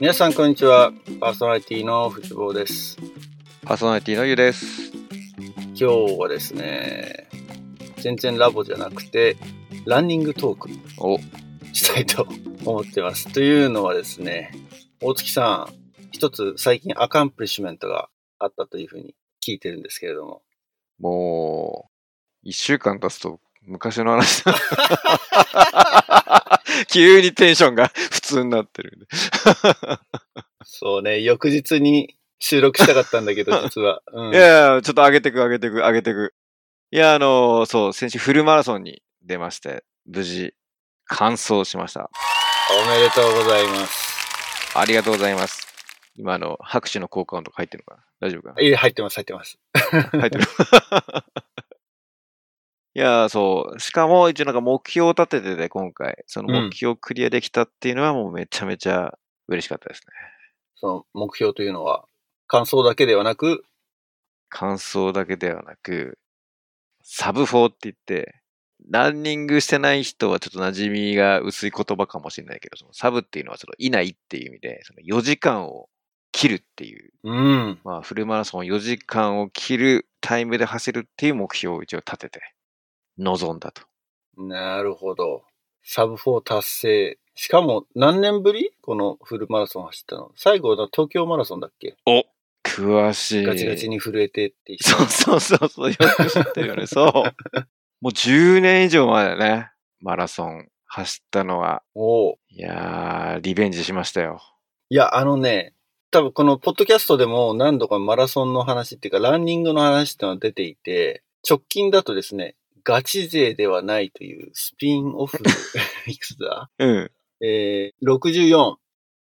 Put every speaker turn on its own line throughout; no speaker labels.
皆さんこんにちはパーソナリティの藤坊です
パーソナリティのゆうです。
今日はですね全然ラボじゃなくてランニングトーク
お、
したいと思ってますというのはですね大月さん一つ最近アカンプリッシュメントがあったというふうに聞いてるんですけれども
もう、一週間経つと昔の 話だ。急にテンションが普通になってるんで。
そうね翌日に収録したかったんだけ ど実は、うん
いやいや、ちょっと上げてく上げてく上げてく。いや、あのそう、先週フルマラソンに出まして、無事、完走しました。
おめでとうございます
ありがとうございます。今、あの、拍手の効果音とか入ってるのかな大丈夫かない
や入ってます入ってます
入ってる。 いやー、そう。しかも、一応なんか目標を立ててて、今回。その目標をクリアできたっていうのは、もうめちゃめちゃ嬉しかったですね。
その目標というのは感想だけではなく
感想だけではなく、サブ4って言って、ランニングしてない人はちょっと馴染みが薄い言葉かもしれないけど、そのサブっていうのはそのいないっていう意味で、その4時間を切るっていう、
うん
まあフルマラソン4時間を切るタイムで走るっていう目標を一応立てて、臨んだと。
なるほど。サブ4達成。しかも何年ぶりこのフルマラソン走ったの。最後の東京マラソンだっけ
詳しい。
ガチガチに震えてって言
そうそうそうそう、よく知ってる よね。そう。もう10年以上前だね。マラソン走ったのは。
おう
いやー、リベンジしましたよ。
いや、あのね、多分このポッドキャストでも何度かマラソンの話っていうかランニングの話っていうのは出ていて、直近だとですね、ガチ勢ではないというスピンオフ、 いくつだ
うん。
えー、64。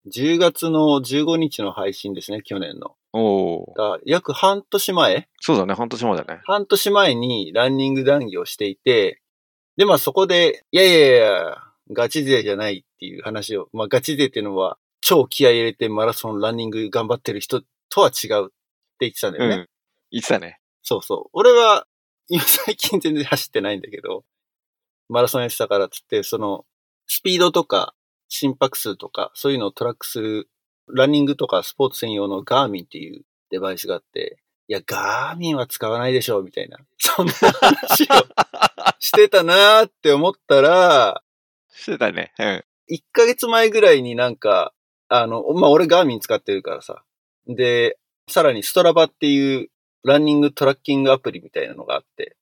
10月の15日の配信ですね、去年の。
おー。
だから約半年前
そうだね、半年前だね。
半年前にランニング談義をしていて、で、まあそこで、いやいやいや、ガチ勢じゃないっていう話を、まあガチ勢っていうのは、超気合い入れてマラソン、ランニング頑張ってる人とは違うって言ってたんだ
う
よね。
ん。言ってたね。
そうそう。俺は、今最近全然走ってないんだけど、マラソンやってたからっつって、その、スピードとか、心拍数とか、そういうのをトラックする、ランニングとかスポーツ専用のガーミンっていうデバイスがあって、いや、ガーミンは使わないでしょ、みたいな。そんな話をしてたなーって思ったら、
してたね。うん。
1ヶ月前ぐらいになんか、あの、まあ、俺ガーミン使ってるからさ。で、さらにストラバっていうランニングトラッキングアプリみたいなのがあって。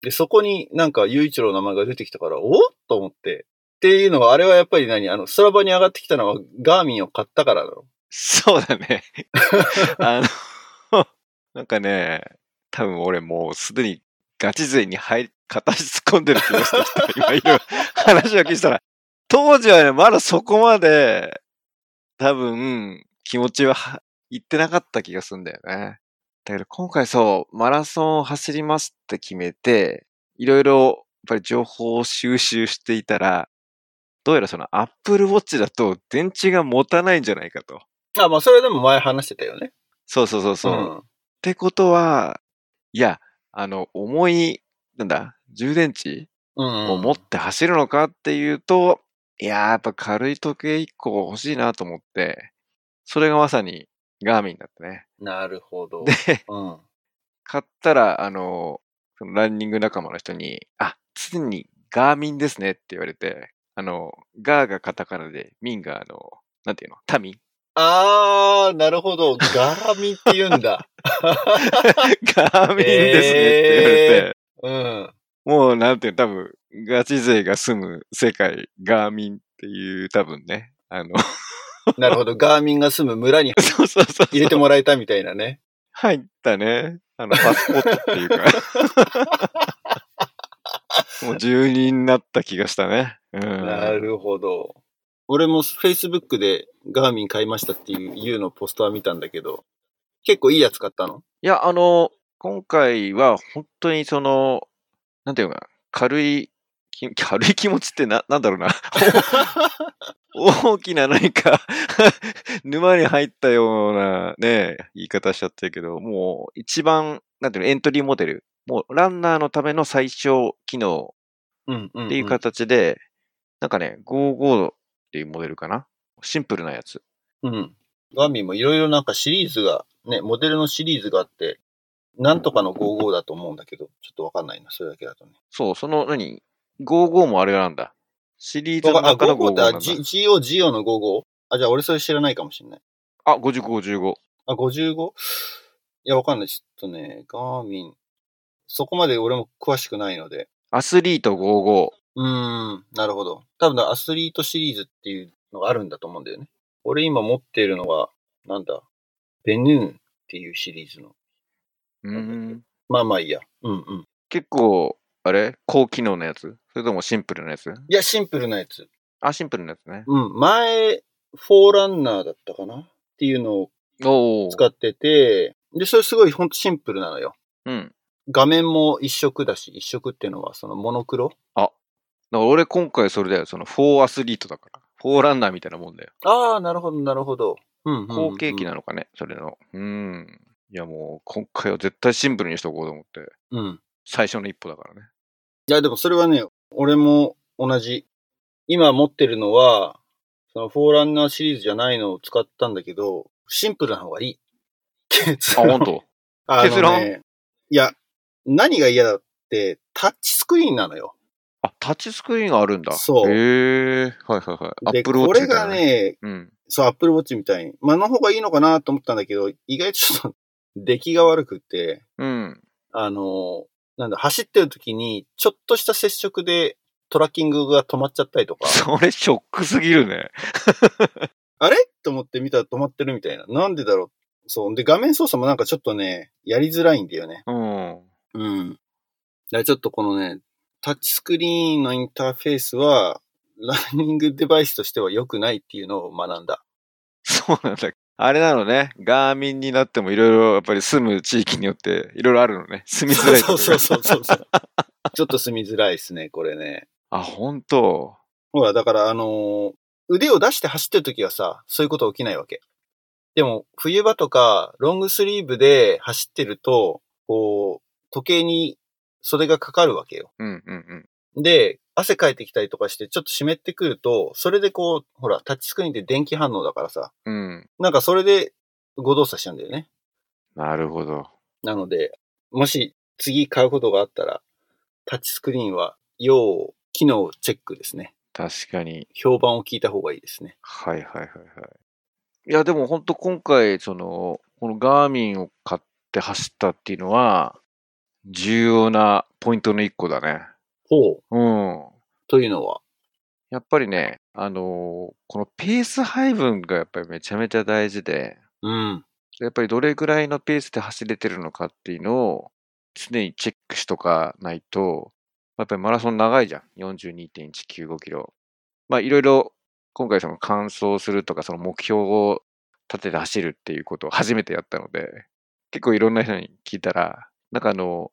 で、そこになんか、ゆういちろうの名前が出てきたから、おっと思って。っていうのは、あれはやっぱり何あの、ストラバに上がってきたのはガーミンを買ったからだろ。
そうだね。あの、なんかね、多分俺もうすでにガチ勢に入り、片足突っ込んでる気がしてきた。今、いろいろ話を聞いてたら、当時はね、まだそこまで、多分、気持ちはは言ってなかった気がするんだよね。だけど今回そう、マラソンを走りますって決めて、いろいろ、やっぱり情報を収集していたら、どうやらその Apple Watch だと電池が持たないんじゃないかと。
あ、まあ、それでも前話してたよね。
そうそうそうそう。ってことは、いや、あの、重い、なんだ、充電池
うん。うん、
を持って走るのかっていうと、いやー、やっぱ軽い時計1個欲しいなと思って、それがまさにガーミンだったね。
なるほど。
で、
うん。
買ったら、あの、そのランニング仲間の人に、あ、常にガーミンですねって言われて、あの、ガーがカタカナで、ミンがあの、なんていうのタミン
あー、なるほど。ガーミンって言うんだ。
ガーミンですねって言われて、
うん。
もうなんていうの、多分、ガチ勢が住む世界、ガーミンっていう、多分ね、あの、
なるほど。ガーミンが住む村に
そうそうそう、
入れてもらえたみたいなね。
入ったね、あの、パスポートっていう か。もう住人になった気がしたね。うん。
なるほど。俺も Facebook でガーミン買いましたっていう U のポストは見たんだけど、結構いいやつ買ったの
いや、あの、今回は本当にその、なんていうのかな、軽い気、 軽い気持ちってな、なんだろうな。 大きな何か、 沼に入ったようなね、言い方しちゃってるけど、もう一番、なんていうの、エントリーモデル。もうランナーのための最小機能
うんうん、
っていう形で、なんかね、55っていうモデルかな。シンプルなやつ。
うん。ガンビもいろいろなんかシリーズが、ね、モデルのシリーズがあって、なんとかの55だと思うんだけど、ちょっとわかんないな、それだけだとね。
そう、その、何 ?55 もあれなんだ。シリーズの
あ、
中の
55
55
って、
な
あ
んだ。
G- GO、GO の 55? あ、じゃあ俺それ知らないかもしれない。
あ、55、55。
あ、55? いや、わかんない。ちょっとね、ガーミン、そこまで俺も詳しくないので。
アスリート55。
うーん、なるほど。多分アスリートシリーズっていうのがあるんだと思うんだよね。俺今持っているのは、なんだ、ベヌーンっていうシリーズの。
うーん。
まあまあいいや。うんうん。
結構、あれ高機能なやつそれともシンプルなやつ
いや、シンプルなやつ。
あ、シンプルなやつね。
うん、前、フォーランナーだったかなっていうのを
おお。
使ってて、で、それすごいほんとシンプルなのよ。
うん。
画面も一色だし、一色っていうのはそのモノクロ
だから俺今回それだよ。その4アスリートだから。4ランナーみたいなもんだよ。
ああ、なるほど、なるほど。うんうんうん
後継機なのかね、それの。うーん。いやもう、今回は絶対シンプルにしとこうと思って。
うん。
最初の一歩だからね。
いや、でもそれはね、俺も同じ。今持ってるのは、そのフォーランナーシリーズじゃないのを使ったんだけど、シンプルな方がいい。結
あ、
論
ほんと
あ
結論
のねいや、何が嫌だって、タッチスクリーンなのよ。
あ、タッチスクリーンがあるんだ。
そう
へえ。はいはいはい。ア
で、
ップルウォ
こ
ッチ
れ
みた
が
いな。。
ね、
うん。
そう、アップルウォッチみたいに。まあ、の方がいいのかなと思ったんだけど、意外とちょっと 出来が悪くて、
うん。
あの、なんだ、走ってる時に、ちょっとした接触でトラッキングが止まっちゃったりとか、
それショックすぎるね。
あれと思って見たら止まってるみたいな。なんでだろう。そう。で、画面操作もなんかちょっとね、やりづらいんだよね。
うん。
うん。だからちょっとこのね、タッチスクリーンのインターフェースは、ランニングデバイスとしては良くないっていうのを学んだ。
そうなんだ。あれなのね。ガーミンになってもいろいろやっぱり住む地域によっていろいろあるのね。住みづらいとこ
そ
ろ
う
が
そうそうそうそう。ちょっと住みづらいですね、これね。
あ、本当。
ほら、だからあのー腕を出して走ってる時はさ、そういうこと起きないわけ。でも、冬場とか、ロングスリーブで走ってると、こう、時計に袖がかかるわけよ。
うんうんうん。
で、汗かいてきたりとかして、ちょっと湿ってくると、それでこう、ほら、タッチスクリーンって電気反応だからさ、
うん。
なんかそれで誤動作しちゃうんだよね。
なるほど。
なので、もし次買うことがあったら、タッチスクリーンは要機能チェックですね。
確かに。
評判を聞いた方がいいですね。
はいはいはいはい。いや、でも本当今回、その、このガーミンを買って走ったっていうのは、重要なポイントの一個だね。
ほう。
うん。
というのは。
やっぱりね、あのーこのペース配分がやっぱりめちゃめちゃ大事で、
うん。
やっぱりどれぐらいのペースで走れてるのかっていうのを常にチェックしとかないと、やっぱりマラソン長いじゃん。42.195キロ。まあいろいろ今回その完走するとかその目標を立てて走るっていうことを初めてやったので、結構いろんな人に聞いたら、なんかあの、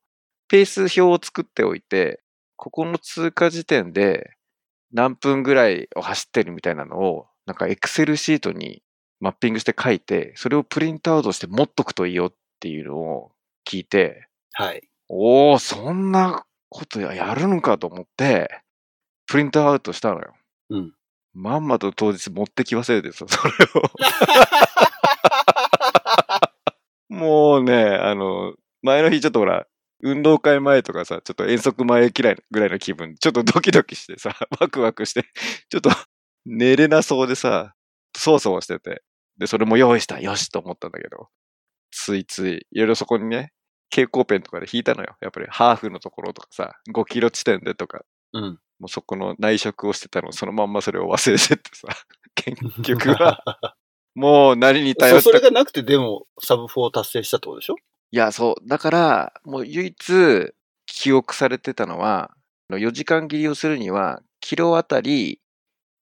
ペース表を作っておいて、ここの通過時点で何分ぐらいを走ってるみたいなのを、なんかエクセルシートにマッピングして書いて、それをプリントアウトして持っとくといいよっていうのを聞いて、
はい。
おー、そんなことややるのかと思って、プリントアウトしたのよ。
うん。
まんまと当日持ってき忘れてさ、それを。もうね、あの、前の日ちょっとほら、運動会前とかさ、ちょっと遠足前嫌いぐらいの気分、ちょっとドキドキしてさ、ワクワクして、ちょっと寝れなそうでさ、そわそわしてて。で、それも用意した、よしと思ったんだけど、ついつい、いろいろそこにね、蛍光ペンとかで引いたのよ。やっぱりハーフのところとかさ、5キロ地点でとか、
うん。
もうそこの内職をしてたの、そのまんまそれを忘れてってさ、 結局 は、もう何に頼
そ
っ
うそ
た
れ
か。い
がなくて、でも、サブ4を達成したってことでしょ
や、そう。だから、もう唯一記憶されてたのは、4時間切りをするには、キロあたり、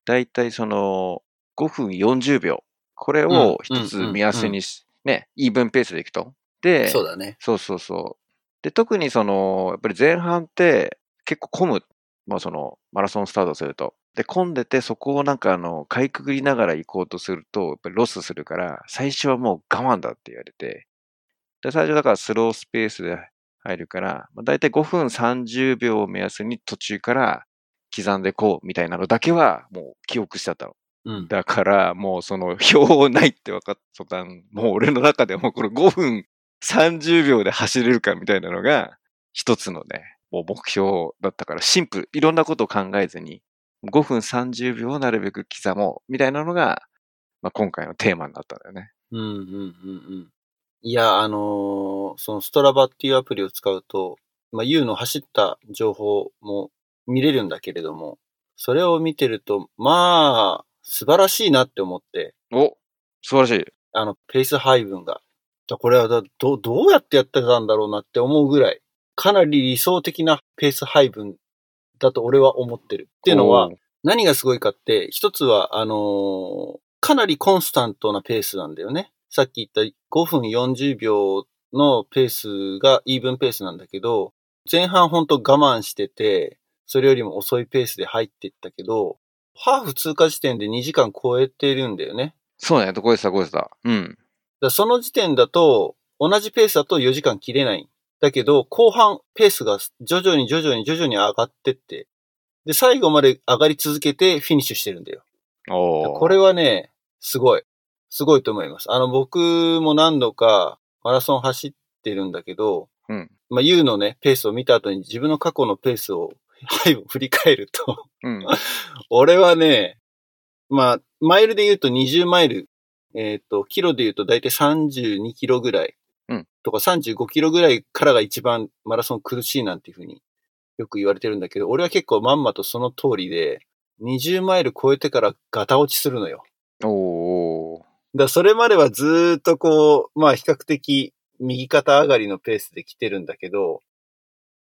だいたいその、5分40秒。これを一つ目安にし、ね、イーブンペースでいくと。で、
そうだね。
そうそうそう。で、特にその、やっぱり前半って結構混む。まあその、マラソンスタートすると。で、混んでて、そこをなんかあの、かいくぐりながら行こうとすると、やっぱりロスするから、最初はもう我慢だって言われて。で、最初だからスロースペースで入るから、まあ、だいたい5分30秒を目安に途中から刻んでこうみたいなのだけはもう記憶しちゃったの。
うん。
だから、もうその表ないって分かった途端、もう俺の中でもうこれ5分30秒で走れるかみたいなのが、一つのね、もう目標だったから、シンプル。いろんなことを考えずに、5分30秒をなるべく刻もう、みたいなのが、まあ、今回のテーマになったんだよね。
うんうんうんうん。いや、あのーそのストラバっていうアプリを使うと、まあ、U の走った情報も見れるんだけれども、それを見てると、まあ、素晴らしいなって思って、
お素晴らしい。
あの、ペース配分が。だこれはだど、どうやってやってたんだろうなって思うぐらい、かなり理想的なペース配分だと俺は思ってる。っていうのは
お、ー、
何がすごいかって、一つは、あのーかなりコンスタントなペースなんだよね。さっき言った5分40秒のペースがイーブンペースなんだけど、前半ほんと我慢してて、それよりも遅いペースで入っていったけど、ハーフ通過時点で2時間超えてるんだよね。
そうね、どこでした、どこでした。うん。
だからその時点だと、同じペースだと4時間切れない。だけど、後半ペースが徐々に徐々に徐々に上がってって、で、最後まで上がり続けてフィニッシュしてるんだよ。
おー
これはね、すごい。すごいと思います。あの、僕も何度かマラソン走ってるんだけど、
うん。
まあ、U のね、ペースを見た後に自分の過去のペースを、 はい、振り返ると、
うん。
俺はね、まあ、マイルで言うと20マイル、えっ、と、キロで言うと大体32キロぐらい、
うん
とか35キロぐらいからが一番マラソン苦しいなんていうふうによく言われてるんだけど、俺は結構まんまとその通りで、20マイル超えてからガタ落ちするのよ。
おー
だからそれまではずーっとこう、まあ比較的右肩上がりのペースで来てるんだけど、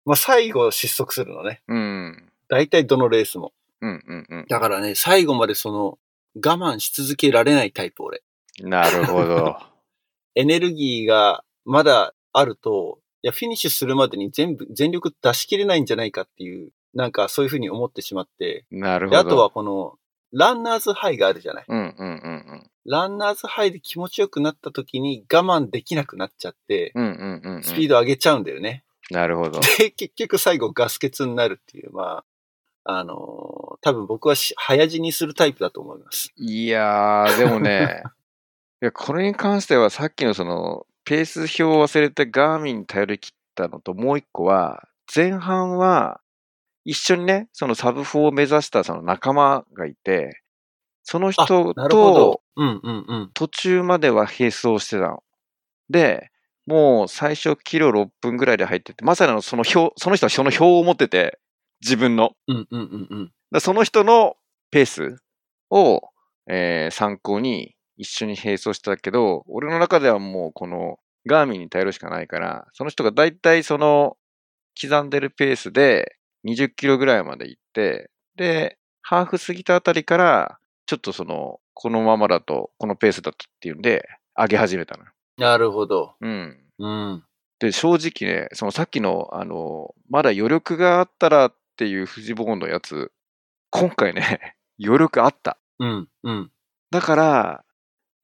まあ最後失速するのね。
うん。
大体どのレースも。
うんうんうん。
だからね、最後までその我慢し続けられないタイプ俺。
なる ほど。
エネルギーがまだあると、いやフィニッシュするまでに全部、全力出し切れないんじゃないかっていう、なんかそういうふうに思ってしまって、
なる
で
ほど。
あとはこの、ランナーズハイがあるじゃない。
うんうんうん
ランナーズハイで気持ちよくなった時に我慢できなくなっちゃって、
うん。うんうんうんうん。
スピード上げちゃうんだよね。
なるほど。
で、結局最後ガス欠になるっていう、まあ、あのー多分僕はし早死にするタイプだと思います。
いやー、でもね、 いや、これに関してはさっきのその、ペース表を忘れてガーミンに頼り切ったのと、もう一個は、前半は、一緒にね、そのサブ4を目指したその仲間がいて、その人
なるほ
と
ど。うんうんうん。
途中までは並走してたの。で、もう最初キロ6分ぐらいで入ってて、まさにあのその表、その人はその表を持ってて、自分の。
うんうんうんうん。
だその人のペースを、えー参考に一緒に並走してたけど、俺の中ではもうこのガーミンに頼るしかないから、その人がだいたいその刻んでるペースで20キロぐらいまで行って、で、ハーフ過ぎたあたりから、ちょっとその、このままだと、このペースだとっていうんで、上げ始めたのよ。
なるほど。
うん。
うん。
で、正直ね、そのさっきの、あの、まだ余力があったらっていうフジボーンのやつ、今回ね、 余力あった。
うんうん。
だから、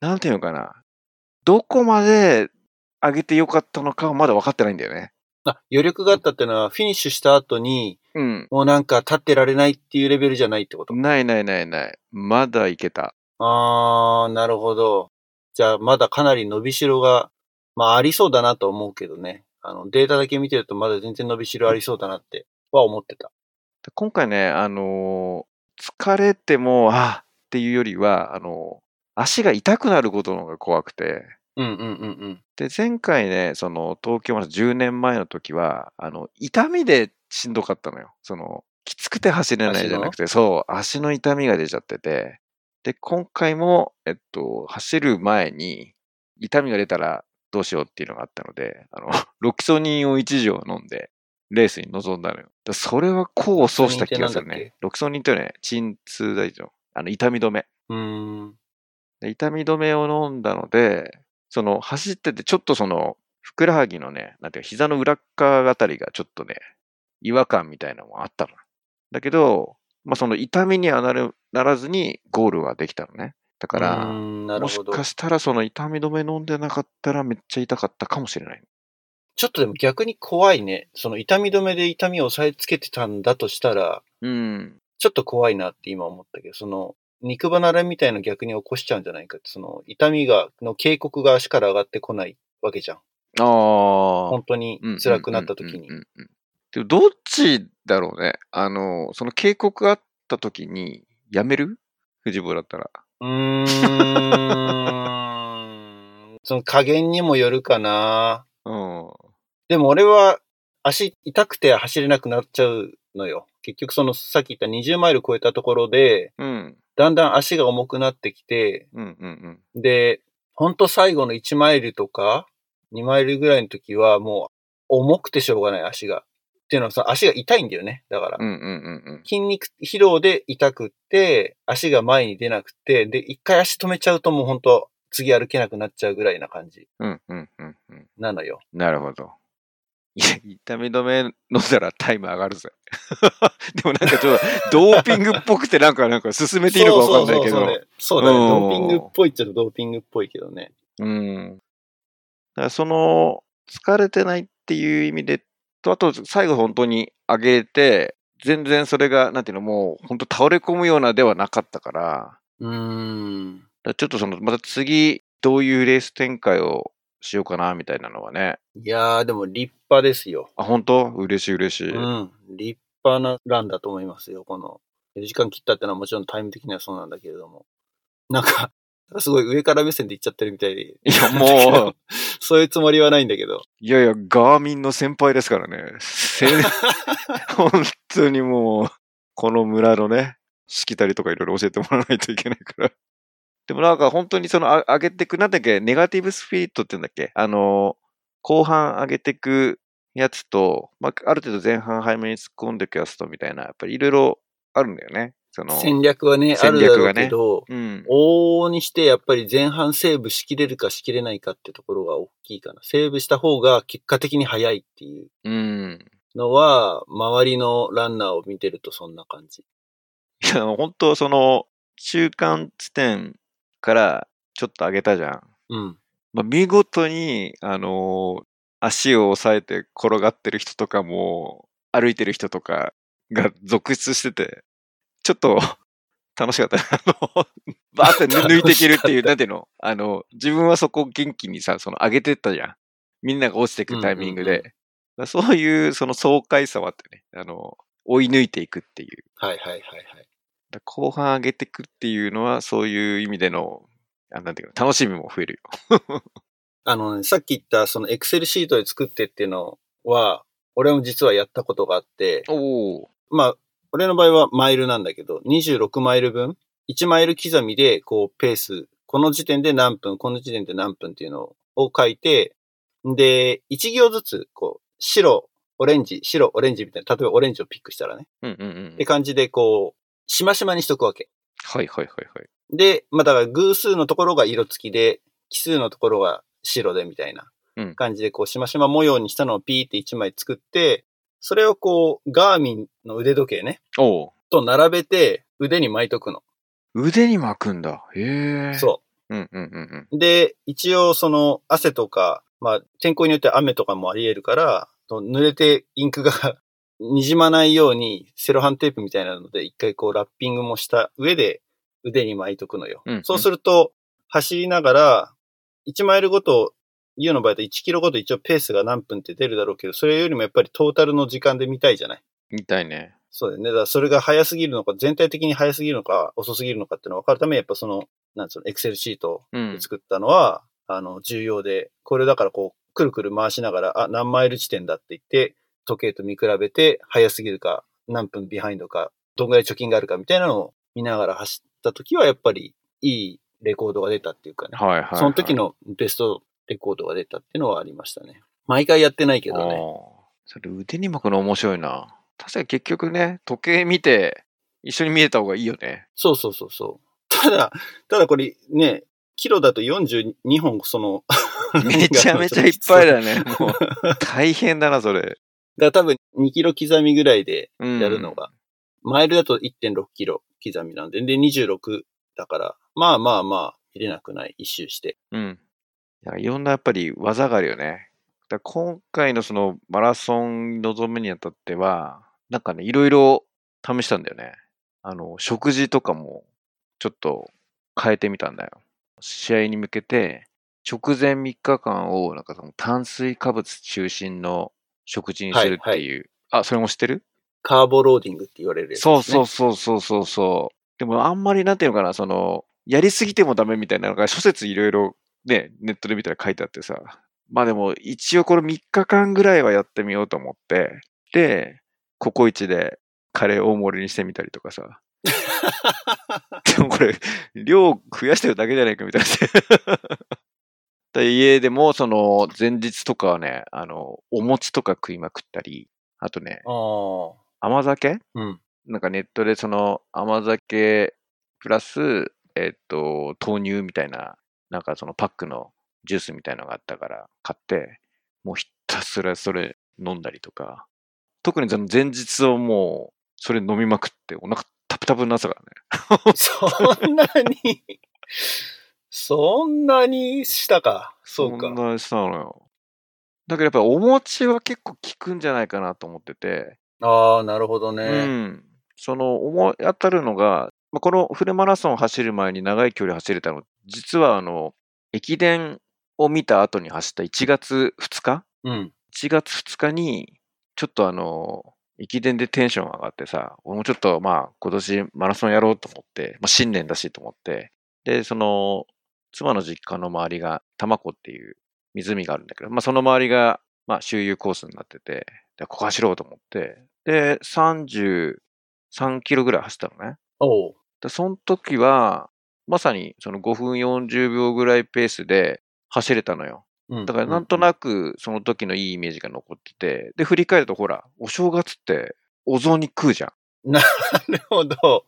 なんていうのかな。どこまで上げてよかったのかはまだ分かってないんだよね。
あ、余力があったってのは、フィニッシュした後に、
うん。
もうなんか立ってられないっていうレベルじゃないってこと。
ないないないない。まだいけた。
あー、なるほど。じゃあ、まだかなり伸びしろが、まあ、ありそうだなと思うけどね。あの、データだけ見てると、まだ全然伸びしろありそうだなって、は思ってた。
で今回ね、あのー疲れても、あっていうよりは、あのー足が痛くなることの方が怖くて、
うんうんうん
で、前回ね、その東京まで10年前の時は、あの、痛みでしんどかったのよ。その、きつくて走れないじゃなくて、そう、足の痛みが出ちゃってて、で、今回も、えっと、走る前に、痛みが出たらどうしようっていうのがあったので、あの、 ロキソニンを1錠飲んで、レースに臨んだのよ。だそれは功を奏した気がするね。ロキソニンってね、鎮痛剤の、あの、痛み止め。
うん。うーん。
で痛み止めを飲んだので、その走っててちょっとそのふくらはぎのね、なんていうか膝の裏っ側あたりがちょっとね、違和感みたいなのもあったの。だけど、まあその痛みにはなるならずにゴールはできたのね。だか
うー
ら、
んなる
も
ほ
し
ど。
かしたらその痛み止め飲んでなかったらめっちゃ痛かったかもしれない。
ちょっとでも逆に怖いね。その痛み止めで痛みを抑えつけてたんだとしたら、
うん。
ちょっと怖いなって今思ったけど、その、肉離れみたいなの逆に起こしちゃうんじゃないかって、その痛みが、の警告が足から上がってこないわけじゃん。
ああ。
本当に辛くなった時に
うんう。んうんうんうん。でもどっちだろうね。あの、その警告があった時に、やめる藤坊だったら。
うーん。 その加減にもよるかな。
うん。
でも俺は足痛くて走れなくなっちゃうのよ。結局そのさっき言った20マイル超えたところで、
うん。
だんだん足が重くなってきて、
うんうんうん。
で、ほんと最後の1マイルとか、2マイルぐらいの時はもう重くてしょうがない足が。っていうのはさ、足が痛いんだよね。だから。
うんうんうん
筋肉疲労で痛くって、足が前に出なくて、で、一回足止めちゃうともうほんと次歩けなくなっちゃうぐらいな感じ
うん。うんうんうんうん。
なのよ。
なるほど。いや、痛み止め飲んだらタイム上がるぜ。 でもなんかちょっと、ドーピングっぽくてなんか、なん か進めていいのかわかんないけ
そうそうそう
ど。
そうそうだね。
うん
ドーピングっぽいっちゃドーピングっぽいけどね。
うん。だからその、疲れてないっていう意味で、とあと最後本当に上げて、全然それが、なんていうの、もう本当倒れ込むようなではなかったから、だか
うーん。
らちょっとその、また次、どういうレース展開をしようかな、みたいなのはね。
いやー、でも立派ですよ。
あ、本当嬉しい嬉しい。
うん。立派なランだと思いますよ。この、4時間切ったってのはもちろんタイム的にはそうなんだけれども。なんか、すごい上から目線で言っちゃってるみたいで。
い や、もう、
そういうつもりはないんだけど。
いやいや、ガーミンの先輩ですからね。 せ本当にもう、この村のね、しきたりとかいろいろ教えてもらわないといけないから。でもなんか本当にその、あ上げてく、なんだっけ、ネガティブスピリットって言うんだっけあの、後半上げてくやつと、まあ、ある程度前半早めに突っ込んでいくやつとみたいな、やっぱりいろいろあるんだよね。その、
戦略はね、あ
戦
るだ
略
ろ
が
う
ね
けど、
うん。
往々にしてやっぱり前半セーブしきれるかしきれないかってところが大きいかな。セーブした方が結果的に早いっていう
うん。
のは、周りのランナーを見てるとそんな感じ。
いや、本当その、中間地点からちょっと上げたじゃん。
うん。
まあ、見事に、あのー足を押さえて転がってる人とかも、歩いてる人とかが続出してて、ちょっと楽しかったね。あ の、バーって抜いていけるって
楽しかっ
いう、
た
なんていうのあの、自分はそこを元気にさ、その上げてったじゃん。みんなが落ちてくタイミングで。
うんうん
だからそういう、その爽快さはあってね、あの、追い抜いていくっていう。
はいはいはいはい。
だから後半上げてくっていうのは、そういう意味での、あなんていうの楽しみも増えるよ。
あのね、さっき言ったそのエクセルシートで作ってっていうのは、俺も実はやったことがあって、
おお。
まあ、俺の場合はマイルなんだけど、26マイル分、1マイル刻みで、こう、ペース、この時点で何分、この時点で何分っていうのを書いて、で、1行ずつ、こう、白、オレンジ、白、オレンジみたいな、例えばオレンジをピックしたらね、
うんうんうん
っ。て感じで、こう、しましまにしとくわけ。
はいはいはいはい。
で、まあ、だから偶数のところが色付きで、奇数のところが白でみたいな
うん
感じで、こう、しましま模様にしたのをピーって1枚作って、それをこう、ガーミンの腕時計ね、
おう
と並べて腕に巻いとくの。
腕に巻くんだ。へえ。。
そう
うんうんうん
う。で、一応その汗とか、まあ天候によって雨とかもあり得るから、その濡れてインクが 滲まないようにセロハンテープみたいなので一回こうラッピングもした上で腕に巻いとくのよ。
うん。ん
そうすると走りながら1マイルごと、ユーの場合だと1キロごと一応ペースが何分って出るだろうけど、それよりもやっぱりトータルの時間で見たいじゃない
みたいね。
そうだよね。だからそれが早すぎるのか、全体的に早すぎるのか、遅すぎるのかっていうのを分かるために、やっぱその、なんつうの、エクセルシート
う
で
ん。
作ったのは、あの、重要で、これだからこう、くるくる回しながら、あ、何マイル地点だって言って、時計と見比べて、早すぎるか、何分ビハインドか、どんぐらい貯金があるかみたいなのを見ながら走った時は、やっぱり、いいレコードが出たっていうかね。
はいはい、はい。
その時のベストレコードが出たっていうのはありましたね。毎回やってないけどね。
おーそれ腕に巻くの面白いな。確かに結局ね、時計見て、一緒に見えた方がいいよね。
そうそうそうそう。ただ、ただこれね、キロだと42本その、
めちゃめ ちゃいっぱ い
だ。
だね。もう、大変だな、それ。
だから多分2キロ刻みぐらいで
うん。
やるの。が、マイルだと1.6キロ刻みなんで、で26だから、まあまあまあ、入れなくない、一周して。
うん。いやいろんなやっぱり技があるよね。だから今回のそのマラソンに臨むにあたっては、なんかね、いろいろ試したんだよね。あの、食事とかも、ちょっと変えてみたんだよ。試合に向けて、直前3日間を、なんかその炭水化物中心の食事にするっていう。あ、それも知ってる
カーボローディングって言われるやつですね、
そうそうそうそうそうそう。でもあんまりなんていうのかな、その、やりすぎてもダメみたいなのが諸説いろいろね、ネットで見たら書いてあってさ。まあでも一応これ3日間ぐらいはやってみようと思って、で、ココイチでカレー大盛りにしてみたりと かさ。でもこれ、量増やしてるだけじゃないかみたいな。で家でもその前日とかはね、あの、お餅とか食いまくったり、あとね、
あ
甘酒
あ。うん。
なんかネットでその甘酒プラス、えっと、豆乳みたいな、なんかそのパックのジュースみたいのがあったから買って、もうひたすらそれ飲んだりとか、特にその前日をもうそれ飲みまくってお腹タプタプになってたからね。
そんなに、そんなにしたか。そうか。
んなしたのよ。だけどやっぱりお餅は結構効くんじゃないかなと思ってて、
ああ、なるほどね。
うん。その思い当たるのが、まあこのフルマラソンを走る前に長い距離走れたの、実はあの、駅伝を見た後に走った1月2日
うん。
1月2日に、ちょっとあの、駅伝でテンション上がってさ、俺もちょっとまあ今年マラソンやろうと思って、まあ新年だしと思って、で、その、妻の実家の周りが、玉子っていう湖があるんだけど、まあその周りが、まあ周遊コースになってて、でここ走ろうと思って、で、33キロぐらい走ったのね。
おう。
で、その時は、まさにその5分40秒ぐらいペースで走れたのよ。
うん、
だからなんとなくその時のいいイメージが残ってて、で、振り返るとほら、お正月ってお雑煮食うじゃん。
なるほど。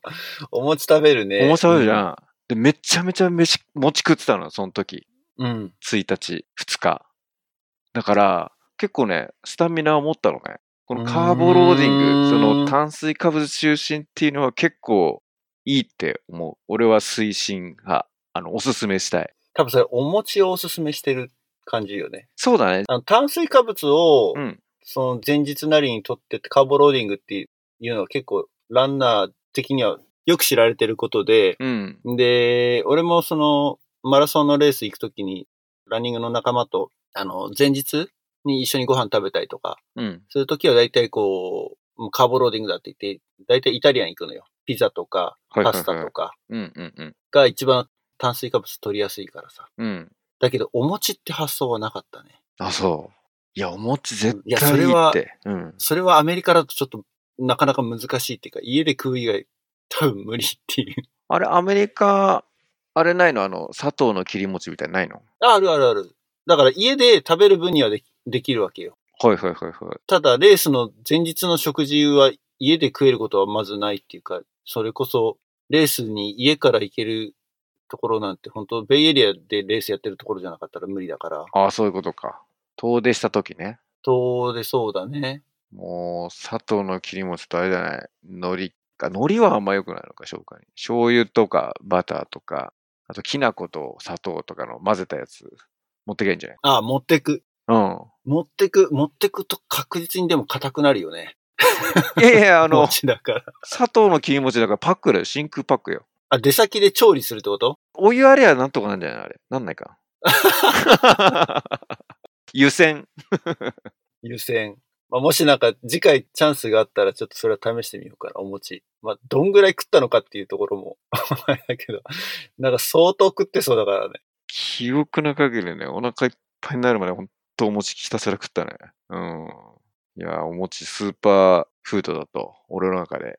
お餅食べるね。
お餅食べるじゃ
ん。
ん。で、めちゃめちゃ飯、餅食ってたの、その時。
うん。
1日、2日。だから、結構ね、スタミナを持ったのね。このカーボローディン
うーん
グ、その炭水化物中心っていうのは結構いいって思う。俺は推進派。あの、おすすめしたい。
多分それ、お餅をおすすめしてる感じよね。
そうだね。
あの炭水化物を、
うん。
その前日なりにとってってカーボローディングっていうのは結構ランナー的にはよく知られてることで、
うん。
で、俺もそのマラソンのレース行くときにランニングの仲間と、あの、前日に一緒にご飯食べたりとか、
うん。
そういうときは大体こう、もうカーボローディングだって言って、大体イタリアン行くのよ。ピザとか、
はい
パ
はいはい
スタとか
うんうんうん。
が一番炭水化物取りやすいからさ。
うん。
だけど、お餅って発想はなかったね。
あ、そう。いや、お餅絶
いや
対
そ
い
れ
い
は
って。うん。
それはアメリカだとちょっとなかなか難しいっていうか、家で食う以外多分無理っていう。
あれ、アメリカ、あれないのあの、砂糖の切り餅みたいなのないの
ああるあるある。だから家で食べる分にはできできるわけよ。
はいはいはいはい。
ただ、レースの前日の食事は家で食えることはまずないっていうか、それこそレースに家から行けるところなんて本当ベイエリアでレースやってるところじゃなかったら無理だから。
ああ、そういうことか。遠出した時ね。
そうでそうだね。
もう、砂糖の切り餅とあれじゃない。海苔か。海苔はあんま良くないのか、消化に。醤油とか、バターとか、あと、きな粉と砂糖とかの混ぜたやつ、持ってけばいいんじゃない
ああ、持ってく。
う
持ってく、持ってくと確実にでも硬くなるよね。
ん。いやいや、あ
あ
の、
だから。
砂糖の切り餅だからパックだよ。真空パックよ。
あ、出先で調理するってこと
お湯あれやなんとかなんじゃないのあれ。なんないか。湯煎。
優先。まあ、もしなんか次回チャンスがあったらちょっとそれは試してみようかな、お餅。まあ、どんぐらい食ったのかっていうところもあれだけど、なんか相当食ってそうだからね。
記憶な限りね、お腹いっぱいになるまで本当お餅ひたすら食ったね。うん。いや、お餅スーパーフードだと、俺の中で。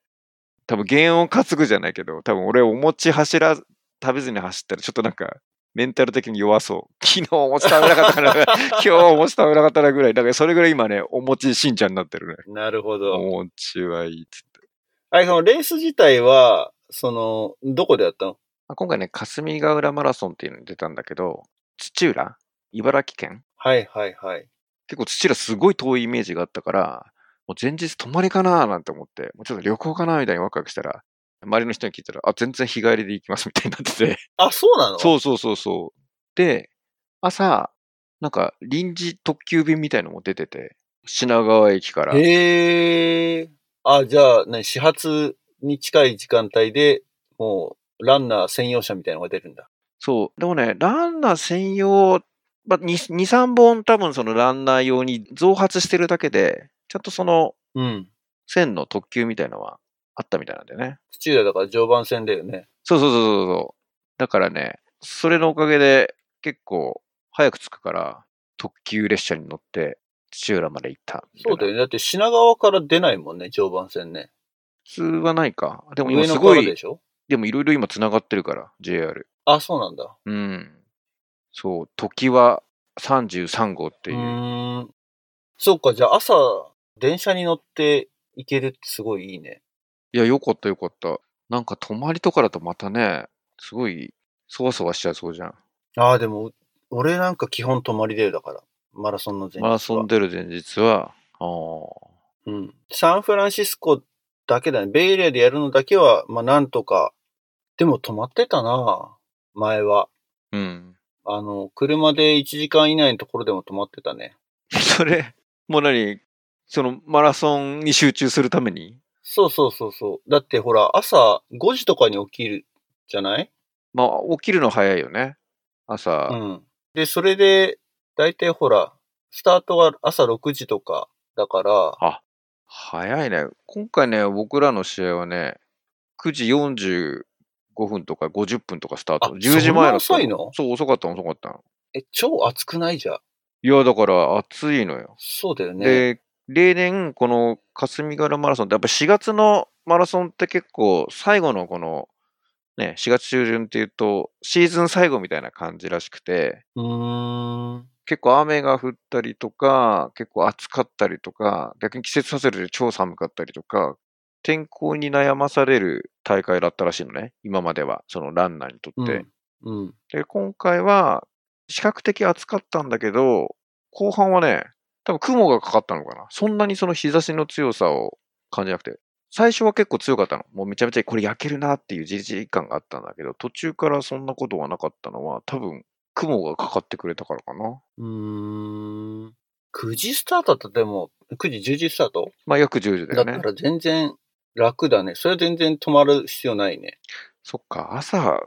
多分原音担ぐじゃないけど、多分俺お餅走ら、食べずに走ったらちょっとなんか、メンタル的に弱そう。昨日お餅食べなかったから、今日お餅食べなかったなぐらい。だからそれぐらい今ね、お餅しんちゃんになってるね。
なるほど。
お餅はいいっつって。
あれ、そのレース自体は、その、どこでやったの
まあ今回ね、霞ヶ浦マラソンっていうのに出たんだけど、土浦茨城県
はいはいはい。
結構土浦すごい遠いイメージがあったから、もう前日泊まりかななんて思って、もうちょっと旅行かなみたいにワクワクしたら、周りの人に聞いたら、あ、全然日帰りで行きますみたいになってて。
あ、そうなの。
そううそうそうそう。で、朝、なんか臨時特急便みたいのも出てて、品川駅から。
へえ。あ、じゃあ、ね、始発に近い時間帯で、もランナー専用車みたいなのが出るんだ。
そう。でもね、ランナー専用、まあ、2、3本多分そのランナー用に増発してるだけで、ちゃんとその
うん。
線の特急みたいのはあったみたいなんだよね。
土浦だから常磐線だよね。
そうそうそうそうそう。だからね、それのおかげで結構早く着くから特急列車に乗って土浦まで行ったみたい
そう
な
だよね。だって品川から出ないもんね、常磐線ね。
普通はないか。でも今
上
す
野
ご
からで
い、
しょ
でもいろいろ今繋がってるから、JR。
あ、そうなんだ。
うん。そう、時は33号って
う
いう。
ーん。そうか、じゃあ朝、電車に乗って行けるってすごいいいね。
いや、よかったよかった。なんか泊まりとかだとまたね、すごい、そわそわしちゃいそうじゃん。
ああ、でも、俺なんか基本泊まりでだから。マラソンの前日は。
マラソン出る前日は、ああ。
うん。サンフランシスコだけだね。ベイエリアでやるのだけは、まあなんとか。でも止まってたな前は。
うん。
あの、車で1時間以内のところでも止まってたね。
それ、もう何そのマラソンに集中するために
そうそうそうそう。だってほら、朝5時とかに起きるじゃない
まあ、起きるの早いよね。
う
朝。
ん。で、それで、だいたいほら、スタートが朝6時とかだから、
早いね。今回ね、僕らの試合はね、9時45分とか50分とかスタート。
あ
10時前のスタ
そ
ート
んな遅いの
そう、遅かったの遅かったの。
え、超暑くないじゃん。
いや、だから暑いのよ。
そうだよね。
で、例年、この霞ヶ浦マラソンって、やっぱ4月のマラソンって結構、最後のこの、ね、4月中旬っていうと、シーズン最後みたいな感じらしくて、
うーん。
結構雨が降ったりとか、結構暑かったりとか、逆に季節外れで超寒かったりとか、天候に悩まされる大会だったらしいのね、今までは、そのランナーにとって。
うん。うん。
で、今回は、比較的暑かったんだけど、後半はね、多分雲がかかったのかな。そんなにその日差しの強さを感じなくて。最初は結構強かったの。もうめちゃめちゃこれ焼けるなっていうじりじり感があったんだけど、途中からそんなことがなかったのは、多分雲がかかってくれたからかな。
うーん。9時スタートだったらでも、9時、10時スタート
まあ約10時
だ
だよ
った
ね。
ら全然楽だね。それは全然止まる必要ないね。
そっか、朝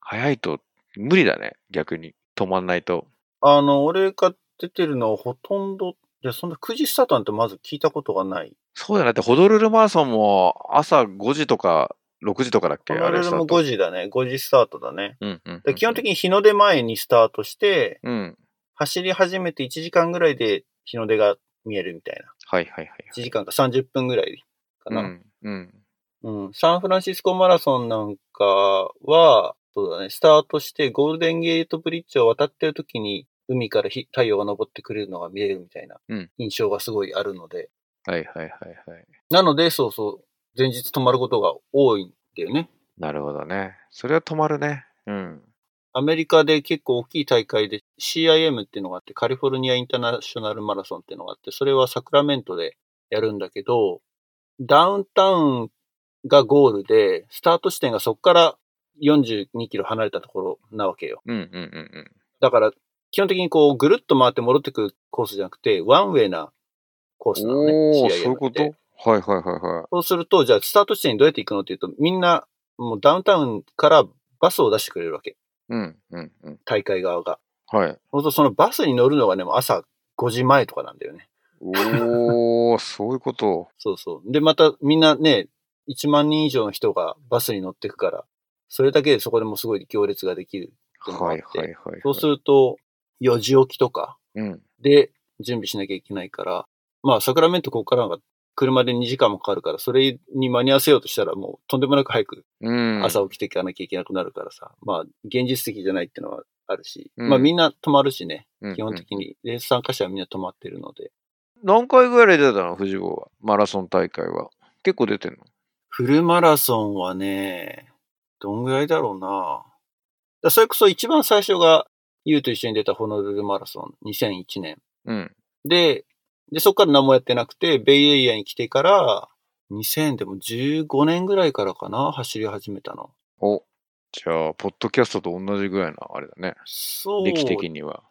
早いと無理だね。逆に。止まんないと。
あの、俺が出てるのはほとんど、いや、そんな9時スタートなんてまず聞いたことがない。
そうだね。だってホドルルマラソンも朝5時とか6時とかだっけ
こ
あ
の
れ
ル
ス
ール
ター
も
ト。
5時だね。5時スタートだね。
うんうんうんう
で
ん
基本的に日の出前にスタートして、
うん。
走り始めて1時間ぐらいで日の出が見えるみたいな。
はいはいはい。
1時間か30分ぐらいかな。
うん。うん。
うん。サンフランシスコマラソンなんかは、そうだね、スタートしてゴールデンゲートブリッジを渡ってる時に海からひ太陽が昇ってくれるのが見えるみたいな
うん
印象がすごいあるので。
はいはいはいはい。
なので、そうそう、前日泊まることが多いんだよね。
なるほどね。それは止まるね。うん。
アメリカで結構大きい大会で CIM っていうのがあって、カリフォルニアインターナショナルマラソンっていうのがあって、それはサクラメントでやるんだけど、ダウンタウンがゴールで、スタート地点がそこから42キロ離れたところなわけよ。
うんうんうん
だから、基本的にこう、ぐるっと回って戻ってくるコースじゃなくて、ワンウェイなコースなのね。
おおー、
CIM
そういうこ
って
とはいはいはいは
そうすると、じゃあスタート地点にどうやって行くのっていうと、みんな、もうダウンタウンからバスを出してくれるわけ。
い。うんうんうん。
大会側が。
はい。
本当そのバスに乗るのがね、もう朝5時前とかなんだよね。
おお、そういうこと。
そうそう。で、またみんなね、1万人以上の人がバスに乗ってくから、それだけでそこでもうすごい行列が できる。
はいはいはいはい。
そうすると、4時起きとか
うん。
で準備しなきゃいけないから、まあ、サクラメントここからが車で2時間もかかるから、それに間に合わせようとしたらもうとんでもなく早く
うん。
朝起きていかなきゃいけなくなるからさ、まあ、現実的じゃないってのはあるし、
うん
まあみんな泊まるしね、
うん
基本
うん
的に。レース参加者はみんな泊まってるので、
何回ぐらい出たの藤郷は。マラソン大会は。結構出てんの
フルマラソンはね、どんぐらいだろうな。だからそれこそ一番最初が、ユウと一緒に出たホノルルマラソン、2001年。
うん。
で、で、そこから何もやってなくて、ベイエリアに来てから、2000でも15年ぐらいからかな、走り始めたの。
お。じゃあ、ポッドキャストと同じぐらいのあれだね。
そう。
歴史
い
的には。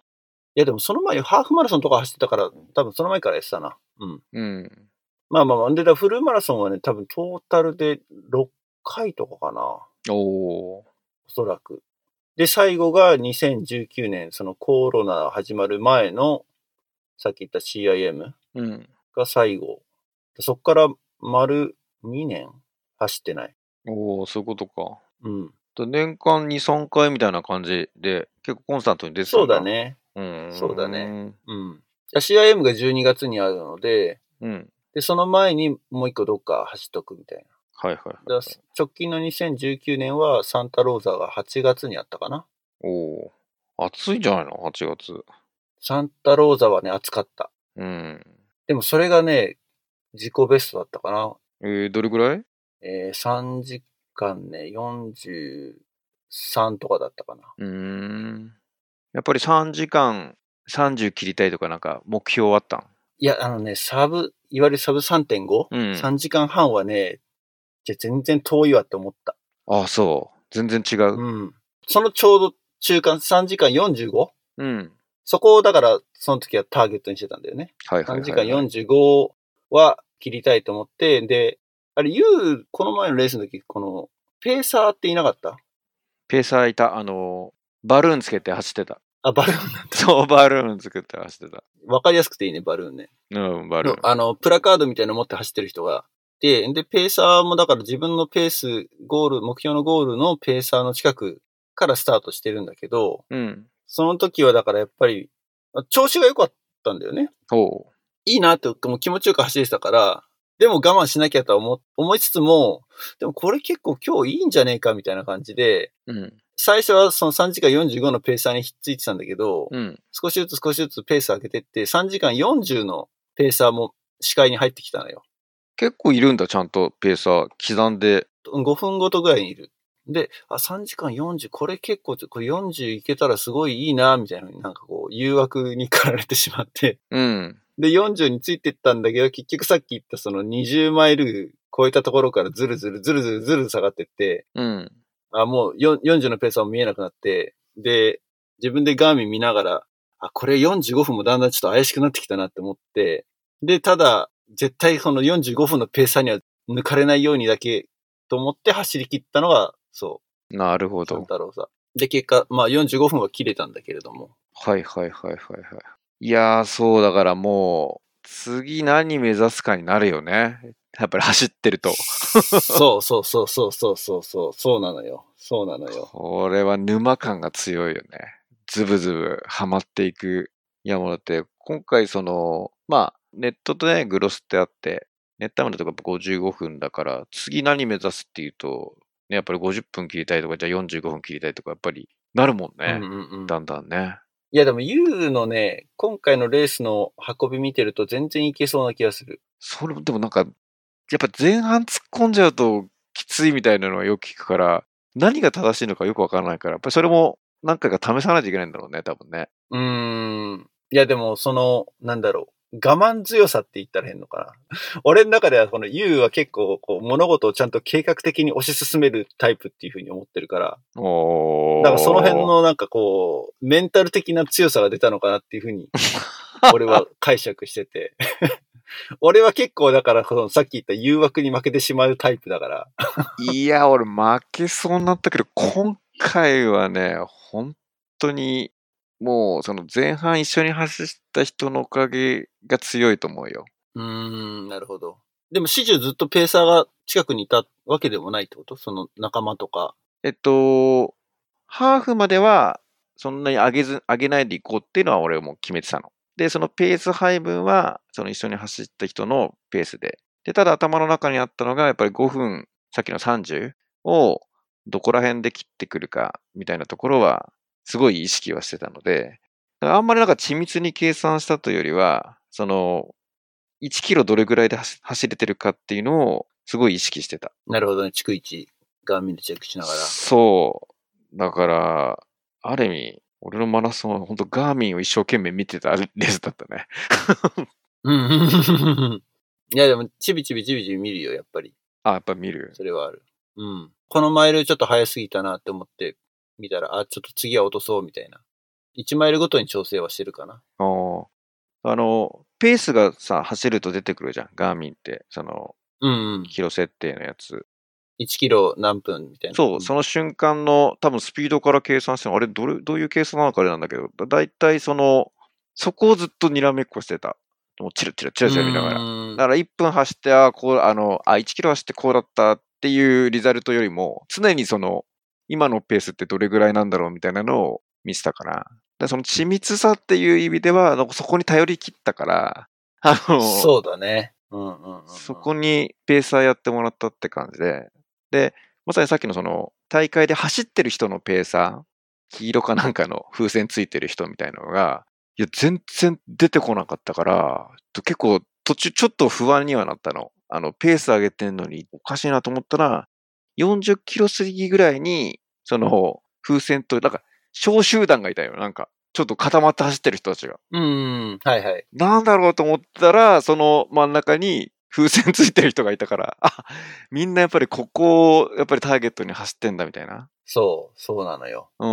や、でもその前、ハーフマラソンとか走ってたから、多分その前からやってたな。うん。
うん。
まあまあまあ、で、だからフルマラソンはね、多分トータルで6回とかかな。
おー。
おそらく。で、最後が2019年、そのコロナ始まる前の、さっき言った CIM
うん。
が最後。そこから丸2年走ってない。
おー、そういうことか。
うん。
と年間2、3回みたいな感じで、結構コンスタントに出てたん
そうだ。ね。
うん。
そうだね。うん。CIM が12月にあるので、
うん。
で、その前にもう一個どっか走っとくみたい
はいはい
な。
は
だから直近の2019年はサンタローザが8月にあったかな。
い。おー。暑いんじゃないの ?8 月。
サンタローザはね、暑かった。
うん。
でもそれがね、自己ベストだったかな。
えー、どれぐらい
えー3時間ね、43とかだったかな。
うーん。やっぱり3時間30切りたいとかなんか目標あったん
いや、あのね、サブ、いわゆるサブ 3.5?3、
うん
3時間半はね、じゃ全然遠いわって思った。
ああ、そう。全然違う。
うん。そのちょうど中間、3時間 45?
うん。
そこをだから、その時はターゲットにしてたんだよね。
はいはいは
3
い。
時間45は切りたいと思って、で、あれ、ユウ、この前のレースの時、この、ペーサーっていなかった
ペーサーいた、あの、バルーンつけて走ってた。
あ、バルーンだ。
そう、バルーンつけて走ってた。
わかりやすくていいね、バルーンね。
うん、バルーン。
あの、プラカードみたいなの持って走ってる人が。で、で、ペーサーもだから自分のペース、ゴール、目標のゴールのペーサーの近くからスタートしてるんだけど、
うん。
その時はだからやっぱり、調子が良かったんだよね。
ほ
いいなって、もう気持ちよく走れてたから、でも我慢しなきゃとは思思いつつも、でもこれ結構今日いいんじゃねえかみたいな感じで、
う。うん。
最初はその3時間45のペーサーにひっついてたんだけど、
うん。
少しずつ少しずつペース上げてって、3時間40のペーサーも視界に入ってきたのよ。
結構いるんだ、ちゃんとペーサー。刻んで。
5分ごとぐらいにいる。で、あ、3時間40、これ結構ちょ、これ40いけたらすごいいいな、みたいなのになんかこう、誘惑に駆られてしまって。
うん。
で、40についてったんだけど、結局さっき言ったその20マイル超えたところからずるずるずるずるずる下がってって、
うん。
あ、もうよん40のペースは見えなくなって、で、自分でガーミン見ながら、あ、これ45分もだんだんちょっと怪しくなってきたなって思って、で、ただ、絶対この45分のペーサーには抜かれないようにだけと思って走り切ったのが、そ
なるほ
う、サン
ど。
タローザ。で、結果、まあ45分は切れたんだけれども。
はいはいはいはいはい。いやー、そうだからもう、次何目指すかになるよね。やっぱり走ってると。
そうそうそうそうそうそうそう、そうなのよ。そうなのよ。
これは沼感が強いよね。ズブズブハマっていく山だって、今回その、まあ、ネットとね、グロスってあって、ネットまでとか55分だから、次何目指すっていうと、ね、やっぱり50分切りたいとか、じゃあ45分切りたいとか、やっぱりなるもんね。
うんうんうん
だんだんね。
いやでも、ユウのね、今回のレースの運び見てると全然いけそうな気がする。
それ、でもなんか、やっぱ前半突っ込んじゃうときついみたいなのはよく聞くから、何が正しいのかよくわからないから、やっぱりそれも何回か試さないといけないんだろうね、多分ね。
うーん。いや、でも、その、なんだろう。我慢強さって言ったら変のかな。 俺の中では、この U は結構、こう、物事をちゃんと計画的に推し進めるタイプっていうふうに思ってるから、
お
だ
ー
からその辺のなんかこう、メンタル的な強さが出たのかなっていうふう に、俺は解釈してて。 俺は結構、だから、このさっき言った誘惑に負けてしまうタイプだから。
いや、俺負けそうになったけど、今回はね、本当に、もう、その前半一緒に走った人のおかげが強いと思うよ。
うーん、なるほど。でも、始終ずっとペーサーが近くにいたわけでもないってことその仲間とか。
えっと、ハーフまでは、そんなに上げず、上げないでいこうっていうのは俺もう決めてたの。で、そのペース配分は、その一緒に走った人のペースで。で、ただ頭の中にあったのが、やっぱり5分、さっきの30を、どこら辺で切ってくるか、みたいなところは、すごい意識はしてたので、あんまりなんか緻密に計算したというよりは、その、1キロどれぐらいで走走れてるかっていうのを、すごい意識してた。
なるほどね、逐一、ガーミンでチェックしながら。
そう。だから、ある意味、俺のマラソンは本当ガーミンを一生懸命見てたレースだったね。
うん。いや、でも、ちびちびちびちび見るよ、やっぱり。
あ、やっぱ見る。
それはある。うん。このマイルちょっと早すぎたなって思って見たら、あ、ちょっと次は落とそう、みたいな。1マイルごとに調整はしてるかな。
あーあの、ペースがさ、走ると出てくるじゃん。ガーミンって、その、
うん、うん。
キロ設定のやつ。
1キロ何分みたいな。
そう、その瞬間の多分スピードから計算してるあれどれ、どういう計算なのかあれなんだけど、だいたいその、そこをずっとにらめっこしてた。もうチラチラチラチラ見ながら。だ
ら。
から1分走って、ああ、こう、あの、あ、1キロ走ってこうだったっていうリザルトよりも、常にその、今のペースってどれぐらいなんだろうみたいなのを見せたかな。だからその緻密さっていう意味では、なんかそこに頼り切ったから、あの、
そうだね。うんうんうんうん。
そこにペーサーやってもらったって感じで。で、まさにさっきのその大会で走ってる人のペーサー、黄色かなんかの風船ついてる人みたいなのが、いや、全然出てこなかったから、結構途中ちょっと不安にはなったの。あの、ペース上げてんのにおかしいなと思ったら、40キロ過ぎぐらいに、その風船と、なんか、小集団がいたよ。なんか、ちょっと固まって走ってる人たちが。
うんうん。はいはい。
なんだろうと思ったら、その真ん中に風船ついてる人がいたから、あ、みんなやっぱりここをやっぱりターゲットに走ってんだみたいな。
そう、そうなのよ。
う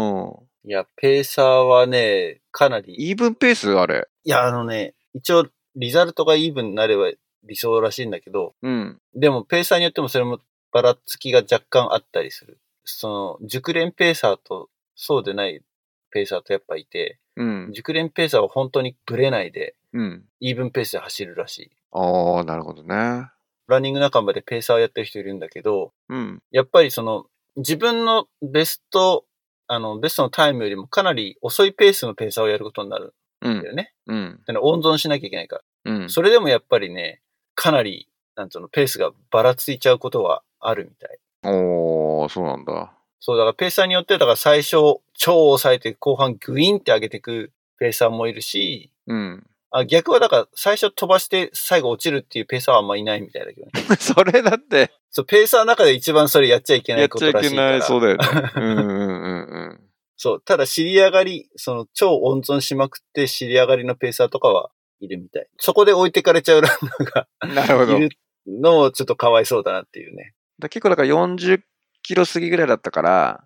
ん。
いや、ペーサーはね、かなり、い
イーブンペースあれ。
や、あのね、一応、リザルトがイーブンになれば理想らしいんだけど、
うん。
でも、ペーサーによってもそれもばらつきが若干あったりする。その、熟練ペーサーと、そうでないペーサーとやっぱいて、
うん。
熟練ペーサーは本当にブレないで、
うん。
イーブンペースで走るらしい。
ああ、なるほどね。
ランニング仲間でペーサーをやってる人いるんだけど、
うん。
やっぱりその、自分のベスト、あの、ベストのタイムよりもかなり遅いペースのペーサーをやることになる
うん
だ
ん。
よね。
うん。
だから温存しなきゃいけないから。
うん。
それでもやっぱりね、かなり、なんつうの、ペースがばらついちゃうことはあるみたい。
おー、そうなんだ。
そう、だからペーサーによって、だから最初、超抑えて、後半グインって上げてくペーサーもいるし、
うん。
あ逆はだから最初飛ばして最後落ちるっていうペーサーはあんまいないみたいだけどね。
それだって、
そう、ペーサーの中で一番それやっちゃいけな
やっ
いこ
ちゃ
とら
い
しい
け
から。
ない、そうだよね。うんうんうん
そう、ただ知り上がり、その超温存しまくって知り上がりのペーサーとかはいるみたい。そこで置いてかれちゃうランナ
うん。なるほ
ーが
ど。
いるのもちょっとかわいそうだなっていうね。
だ結構だから40キロ過ぎぐらいだったから、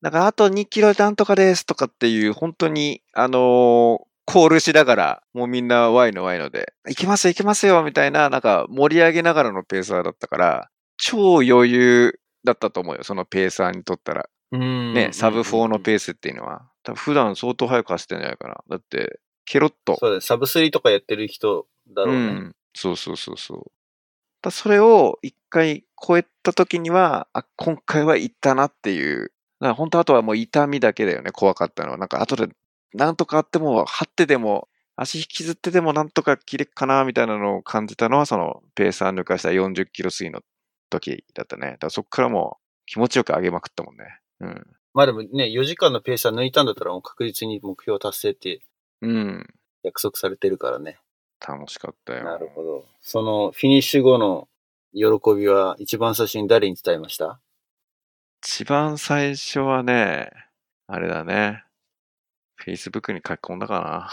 なんかあと2キロなんとかですとかっていう、本当に、あのーコールしながら、もうみんなワイのワイので、行きますよ行きますよみたいな、なんか盛り上げながらのペーサーだったから、超余裕だったと思うよ、そのペーサーにとったら。
うん
ね、サブ4の
ー
ペースっていうのは。多分普段相当速く走ってんじゃないかな。だって、ケロッと。
そうだね、サブ3とかやってる人だろうね。
ん、そうそうそうそう。だそれを一回超えた時には、あ、今回はいったなっていう。だから本当あとはもう痛みだけだよね、怖かったのは。なんか後で、なんとかあっても、張ってでも、足引きずってでもなんとか切れっかな、みたいなのを感じたのは、その、ペーサー抜かした40キロ過ぎの時だったね。だからそっからもう気持ちよく上げまくったもんね。うん。
まあでもね、4時間のペーサー抜いたんだったらもう確実に目標達成って
うん。
約束されてるからね。
楽しかったよ。
なるほど。そのフィニッシュ後の喜びは一番最初に誰に伝えました
一番最初はね、あれだね。Facebook に書き込んだか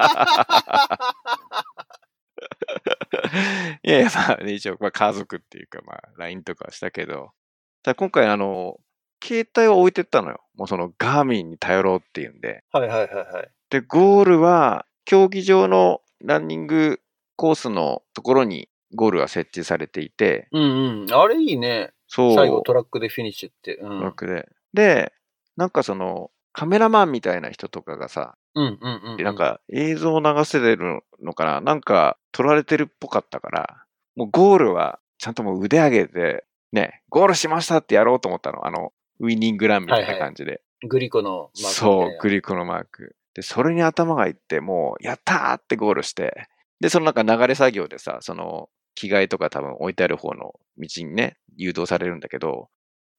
な。 いやいや、まあ、一応、まあ、家族っていうか、まあ、LINE とかはしたけど。ただ今回、あの、携帯を置いてったのよ。もうその、ガーミンに頼ろうっていうんで。
はいはいはいはい。
で、ゴールは、競技場のランニングコースのところにゴールが設置されていて、
うんうん。あれいいね。
そう。
最後トラックでフィニッシュって。う
トラッ
ん。
クで。で、なんかその、カメラマンみたいな人とかがさ、
うんうんうんう。
なんか映像を流せてるのかななんか撮られてるっぽかったから、もうゴールはちゃんともう腕上げて、ね、ゴールしましたってやろうと思ったの。あの、ウィニングランみたいな感じで。
グリコのマークみたいな。
そう、グリコのマーク。で、それに頭がいって、もう、やったーってゴールして、で、そのなんか流れ作業でさ、その、着替えとか多分置いてある方の道にね、誘導されるんだけど、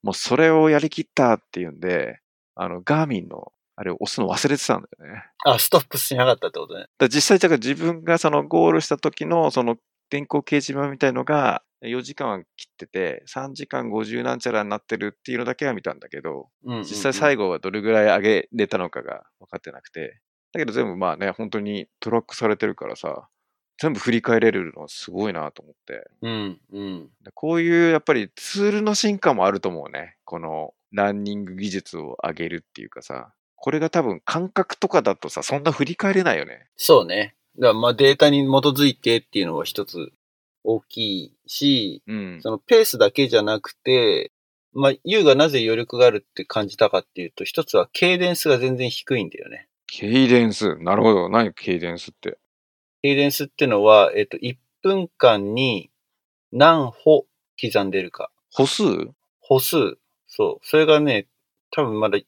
もうそれをやりきったっていうんで、あの、ガーミンの、あれを押すの忘れてたんだよね。だか
あ、ストップしなかったってことね。
ら実際、だから自分がそのゴールした時の、その、電光掲示板みたいのが、4時間は切ってて、3時間50なんちゃらになってるっていうのだけは見たんだけど、
うんうんうん
実際最後はどれぐらい上げれたのかが分かってなくて、だけど全部まあね、本当にトラックされてるからさ、全部振り返れるのはすごいなと思って。
うんうん。
でこういうやっぱりツールの進化もあると思うね。このランニング技術を上げるっていうかさ、これが多分感覚とかだとさ、そんな振り返れないよね。
そうね。だからまあデータに基づいてっていうのは一つ大きいし、
うん。
そのペースだけじゃなくて、まあ、優がなぜ余力があるって感じたかっていうと、一つは、ケイデンスが全然低いんだよね。
ケイデンス。なるほど。何ケイデンスって。
ケイデンスってのは、えっ、と、1分間に何歩刻んでるか。
歩数
歩数。そう。それがね、多分まだ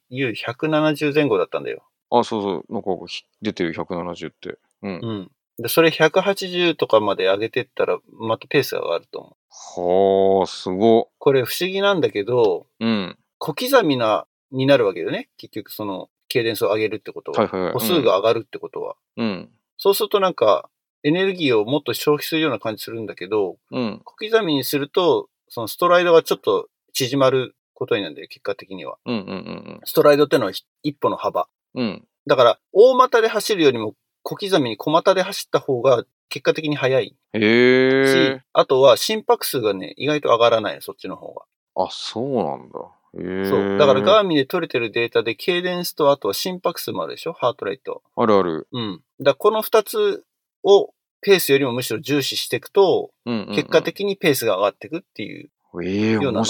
U170 前後だったんだよ。
あ、そうそう。なんかひ出てる170って。うん。
うん。で、それ180とかまで上げてったら、またペースが上がると思う。
はあ、すご。
これ不思議なんだけど、
うん。
小刻みな、になるわけよね。結局その、軽電数を上げるってこと
はい
は。
はいはい。
歩数が上がるってことは。
うん。
そうするとなんか、エネルギーをもっと消費するような感じするんだけど、
うん。
小刻みにすると、そのストライドがちょっと縮まることになるんだよ、結果的には。
うん。うん。うん。
ストライドってのはひ一歩の幅。
うん。うん。
だから、大股で走るよりも小刻みに小股で走った方が結果的に速いし、
へえ。
あとは心拍数がね、意外と上がらない、そっちの方が。
あ、そうなんだ。へえ。
そう。だから、ガーミンで取れてるデータで、ケイデンスと、あとは心拍数もあるでしょハートレート。
あるある。
うん。だからこの二つを、ペースよりもむしろ重視していくと、
うんうんうん
結果的にペースが上がっていくっていう。
ええ
ようなのはある
面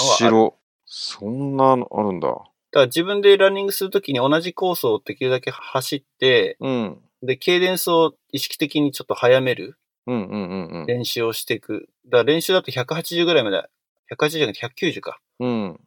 白。そんなのあるんだ。
だから自分でランニングするときに同じコースをできるだけ走って、
うん。
で、ケイデンスを意識的にちょっと早める
うんうんうん
練習をしていく。だから練習だと180ぐらいまで、180じゃなくて190か。
うん。うん。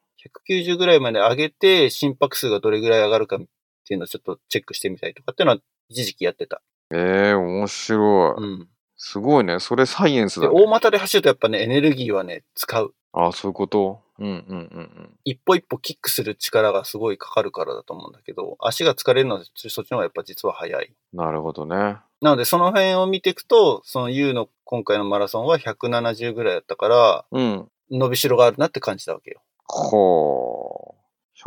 190ぐらいまで上げて、心拍数がどれぐらい上がるかっていうのをちょっとチェックしてみたりとかっていうのは一時期やってた。
ええ面白い。
うん。
すごいね。それサイエンス
で、
だ、
大
ね。
股で走るとやっぱね、エネルギーはね、使う。
あ、そういうこと。うんうんうん
一歩一歩キックする力がすごいかかるからだと思うんだけど、足が疲れるのはそっちの方がやっぱ実は早い。
うん。なるほどね。
なので、その辺を見ていくと、その U の今回のマラソンは170ぐらいだったから、
うん。
伸びしろがあるなって感じたわけよ。
はあ。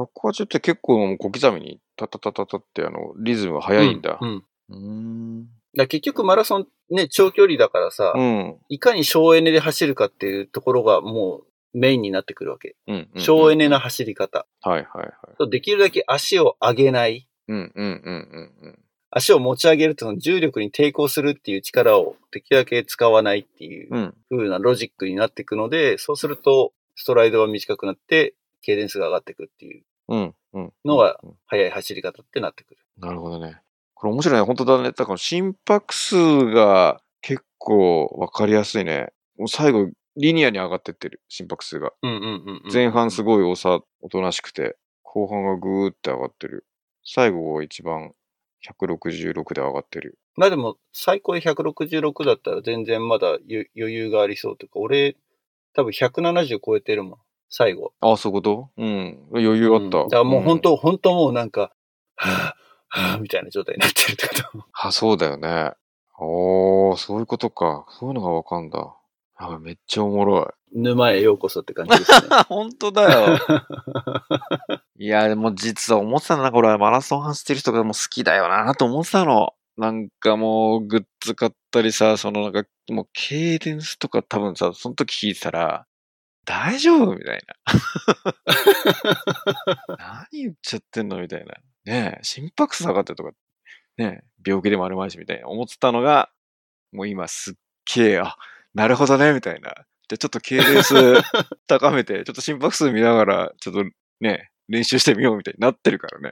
180って結構もう小刻みに、タタタタタって、あの、リズムが速いんだ
う。ん。
うーん。
だから結局マラソンね、長距離だからさ、
うん。
いかに省エネで走るかっていうところがもうメインになってくるわけ。
うんうん。
省エネな走り方。
はいはいはい。
できるだけ足を上げない。
うんうんうんうんうん。
足を持ち上げるとその重力に抵抗するっていう力をできるだけ使わないっていう
うん。
風なロジックになっていくので、そうするとストライドは短くなって、ケイデンスが上がっていくっていう、
うん。うん。
のが速い走り方ってなってくる。
なるほどね。これ面白いね。本当だね。だから心拍数が結構わかりやすいね。もう最後、リニアに上がってってる、心拍数が。
うんうんうん、うん。
前半すごいおさ、おとなしくて、後半がぐーって上がってる。最後が一番166で上がってる。
まあでも、最高で166だったら全然まだ余余裕がありそうというか、俺、多分170超えてるもん、最後。
あ、そういうことうん。余裕あ
う
っ
ん
た。
だからもう本
ん
当、本当もうなんか、はぁ、はぁ、みたいな状態になってるってこと。
あ、そうだよね。おー、そういうことか。そういうのがわかんだ。あめっちゃおもろ い。
沼へようこそって感じですね。
あ、 本当だ よ。いや、でも実は思ってたのな、これはマラソン走ってる人がもう好きだよなと思ってたの。なんかもうグッズ買ったりさ、そのなんか、もうケイデンスとか多分さ、その時聞いてたら、大丈夫みたいな。 何言っちゃってんのみたいな。ねえ、心拍数上がってるとか、ねえ、病気でもあるまいしみたいな思ってたのが、もう今すっげえ、あ、なるほどね、みたいな。じゃあちょっと KDS 高めて、ちょっと心拍数見ながら、ちょっとね、練習してみようみたいになってるからね。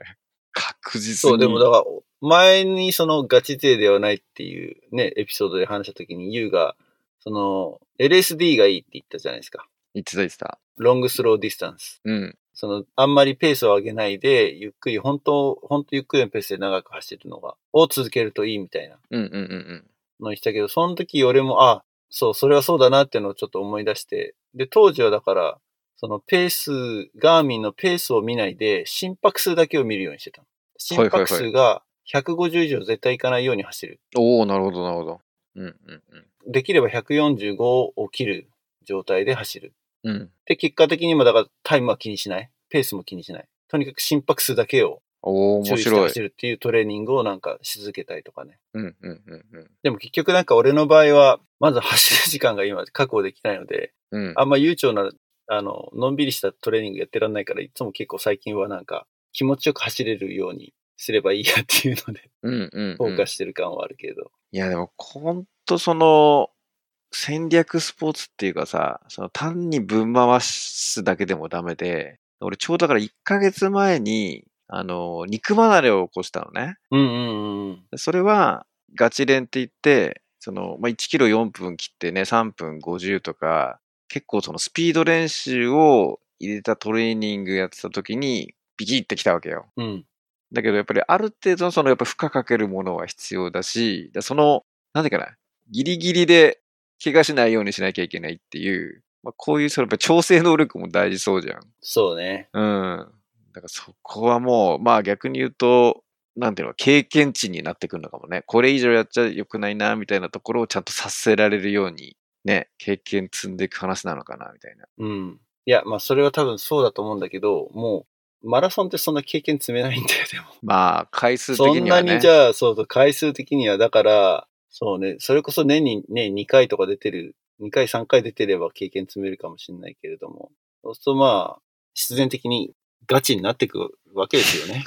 確実に。
そう、でもだから、前にそのガチ勢ではないっていうね、エピソードで話した時に、ユウが、その、LSD がいいって言ったじゃないですか。
言ってた言ってた。
ロングスローディスタンス。
うん。
その、あんまりペースを上げないで、ゆっくり、本当本当ゆっくりのペースで長く走るのが、を続けるといいみたいな
うんうんうん
のを言ってたけど、その時俺も、あ、そう、それはそうだなっていうのをちょっと思い出して、で、当時はだから、そのペース、ガーミンのペースを見ないで、心拍数だけを見るようにしてたの。心拍数が150以上絶対いかないように走る。
うん。おおなるほどなるほど。うんうん
できれば145を切る状態で走る。
うん。うん。
で、結果的にもだからタイムは気にしない。ペースも気にしない。とにかく心拍数だけを
おお
注意
面
して
白い
走。るっていうトレーニングをなんかし続けたりとかね。
うんうんうんうん。
でも結局なんか俺の場合は、まず走る時間が今確保できないので、
うん、
あんま悠長な、あの、のんびりしたトレーニングやってらんないから、いつも結構最近はなんか気持ちよく走れるようにすればいいやっていうので、
うんうん、
フォ
う
ー
ん
カスしてる感はあるけど。
いやでも、ほんとその、戦略スポーツっていうかさ、その単にぶん回すだけでもダメで、俺ちょうどだから1ヶ月前に、あの、肉離れを起こしたのね。
うんうんうん。
それは、ガチ練って言って、その、まあ、1キロ4分切ってね、3分50とか、結構そのスピード練習を入れたトレーニングやってた時に、ビキってきたわけよ。
うん。
だけどやっぱりある程度のそのやっぱ負荷かけるものは必要だし、だその、なんていうかな、ギリギリで怪我しないようにしなきゃいけないっていう、まあ、こういうそのやっぱ調整能力も大事そうじゃん。
そうね。
うん。だからそこはもう、まあ逆に言うと、なんていうの、経験値になってくるのかもね。これ以上やっちゃ良くないな、みたいなところをちゃんとさせられるように、ね、経験積んでいく話なのかな、みたいな。
うん。いや、まあそれは多分そうだと思うんだけど、もう、マラソンってそんな経験積めないんだよ、でも。
まあ、回数的
そん
には
な
ね。
にじゃあ、そうそう、回数的には、だから、そうね、それこそ年にね、2回とか出てる、2回3回出てれば経験積めるかもしれないけれども、そうするとまあ、必然的にガチになってくわけですよ ね。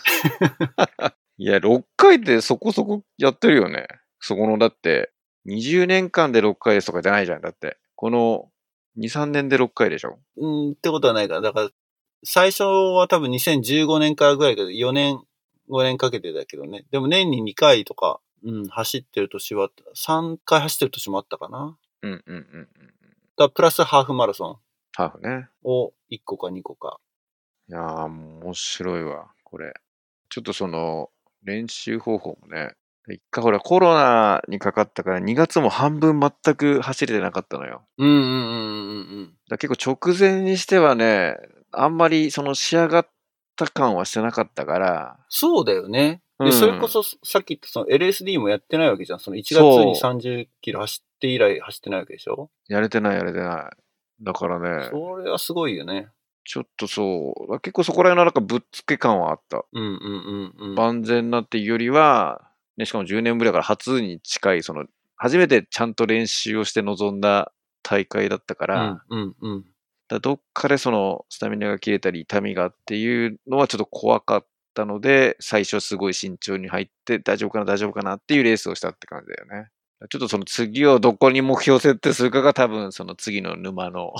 いや、6回でそこそこやってるよね。そこの、だって、20年間で6回ですとかじゃないじゃん。だって、この2、3年で6回でしょ。
うん、ってことはないから、だから、最初は多分2015年からぐらいから4年、5年かけてだけどね。でも年に2回とか、うん、走ってる年は、3回走ってる年もあったかな。
うんうんうんうん。
だからプラスハーフマラソ
ハーフね。
ンを1個か2個か。
いやー、面白いわ、これ。ちょっとその、練習方法もね、一回ほら、コロナにかかったから2月も半分全く走れてなかったのよ。
うんうんうんうんうん。
だから結構直前にしてはね、あんまりその仕上がった感はしてなかったから、
そうだよね。
う
で、
ん
それこそさっき言ったその LSD もやってないわけじゃん。その1月
そう
に30キロ走って以来走ってないわけでしょ
やれてないやれてない。だからね、
それはすごいよね。
ちょっとそう、結構そこら辺のなんかぶっつけ感はあった。
うんうんうんうん。
万全になっていうよりは、ね、しかも10年ぶりだから初に近い、その、初めてちゃんと練習をして臨んだ大会だったから、だか
うんうんうん。
らどっかでその、スタミナが切れたり痛みがっていうのはちょっと怖かったので、最初すごい慎重に入って、大丈夫かな、大丈夫かなっていうレースをしたって感じだよね。ちょっとその次をどこに目標設定するかが多分その次の沼の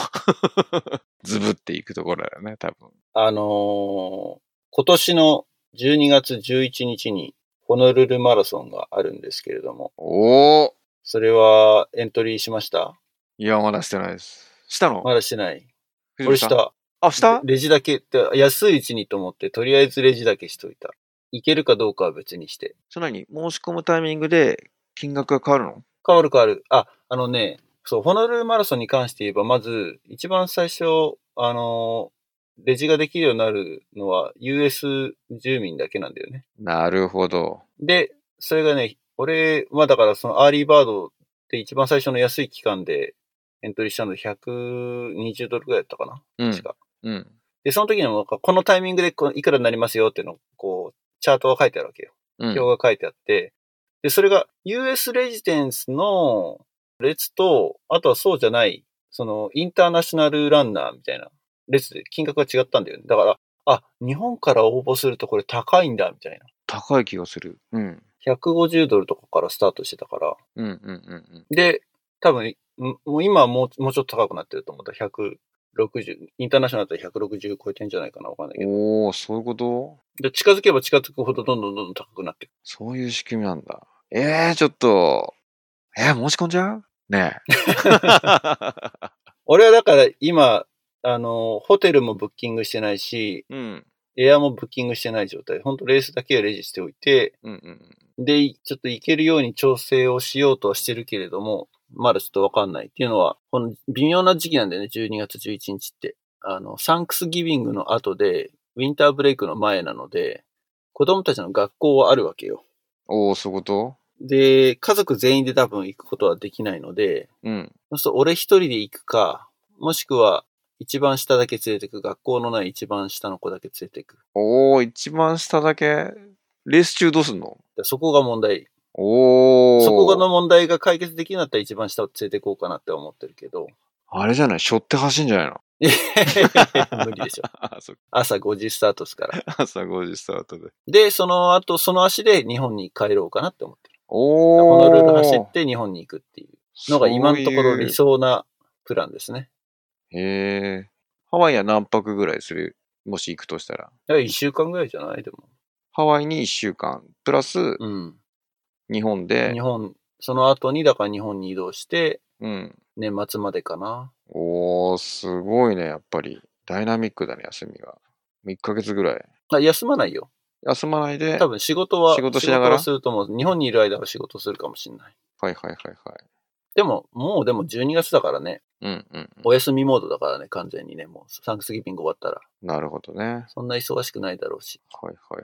ズブっていくところだよね、多分。
あのー今年の12月11日にホノルルマラソンがあるんですけれども、
おお
それはエントリーしました
いや、まだしてないです。したの、
まだしてない。
藤
俺
森
し
さん
た。
あ、した
レジだけって、安いうちにと思って、とりあえずレジだけしといた。いけるかどうかは別にして。
それ何申し込むタイミングで金額が変わるの
変わる変わる。あ、あのね、そう、ホノルルマラソンに関して言えば、まず、一番最初、あのーレジができるようになるのは、US 住民だけなんだよね。
なるほど。
で、それがね、俺はだからそのアーリーバードって一番最初の安い期間でエントリーしたので120ドルぐらいだったかな
うん
確。か。
うん。
で、その時にもなんかこのタイミングでこういくらになりますよっていうのをこう、チャートが書いてあるわけよ。
うん、
表が書いてあって。で、それが US レジデンスの列と、あとはそうじゃない、そのインターナショナルランナーみたいな列で金額が違ったんだよね。だから、あ、日本から応募するとこれ高いんだ、みたいな。
高い気がする。うん。
150ドルとかからスタートしてたから。
うんうんうん
で、多分、んもう今はもうもうちょっと高くなってると思った。160、インターナショナルだったら160超えてんじゃないかなわかんないけ
うん。
ど。
おおそういうこと
で、近づけば近づくほどどんどんどんどん高くなっていく。
そういう仕組みなんだ。ええー、ちょっと。えー、申し込んじゃうね え。
俺はだから今、あの、ホテルもブッキングしてないし、
うん。
エアもブッキングしてない状態。ほんとレースだけはレジしておいて、
うんうん。
で、ちょっと行けるように調整をしようとはしてるけれども、まだちょっとわかんないっていうのは、この微妙な時期なんだよね、12月11日って。あの、サンクスギビングの後で、ウィンターブレイクの前なので、子供たちの学校はあるわけよ。
おおそういうこと
で、家族全員で多分行くことはできないので、
うん。
そうすると俺一人で行くか、もしくは一番下だけ連れてく、学校のない一番下の子だけ連れてく。
おお一番下だけ。レース中どうすんの
でそこが問題。
おお
そこの問題が解決できなかったら一番下を連れてこうかなって思ってるけど。
あれじゃない背負って走んじゃないの
無理でしょ。
あ、そっか。
朝5時スタートですから。
朝5時スタートで。
で、その後、その足で日本に帰ろうかなって思ってる。ホ
おお
ノルル走って日本に行くっていう。のが今のところ理
そう
想なプランですね。
いう。へえ。ハワイは何泊ぐらいするもし行くとしたら。
いや、一週間ぐらいじゃないでも。
ハワイに1週間、プラス
うん。
日本で
日、本、その後に、だから日本に移動して、
うん。
年末までかな。
おー、すごいね、やっぱり。ダイナミックだね、休みが。1ヶ月ぐらい。
あ休まないよ。
休まないで、
多分仕事は、
仕事しなが
仕事
ら
はすると思う。日本にいる間は仕事するかもしれない。
はいはいはいはい。
でも、もうでも12月だからね、
うんうんう
お休みモードだからね、完全にね、もう、サンクスギビング終わったら、
ん。なるほどね。はい
そんな忙しくないだろうし。
はいはい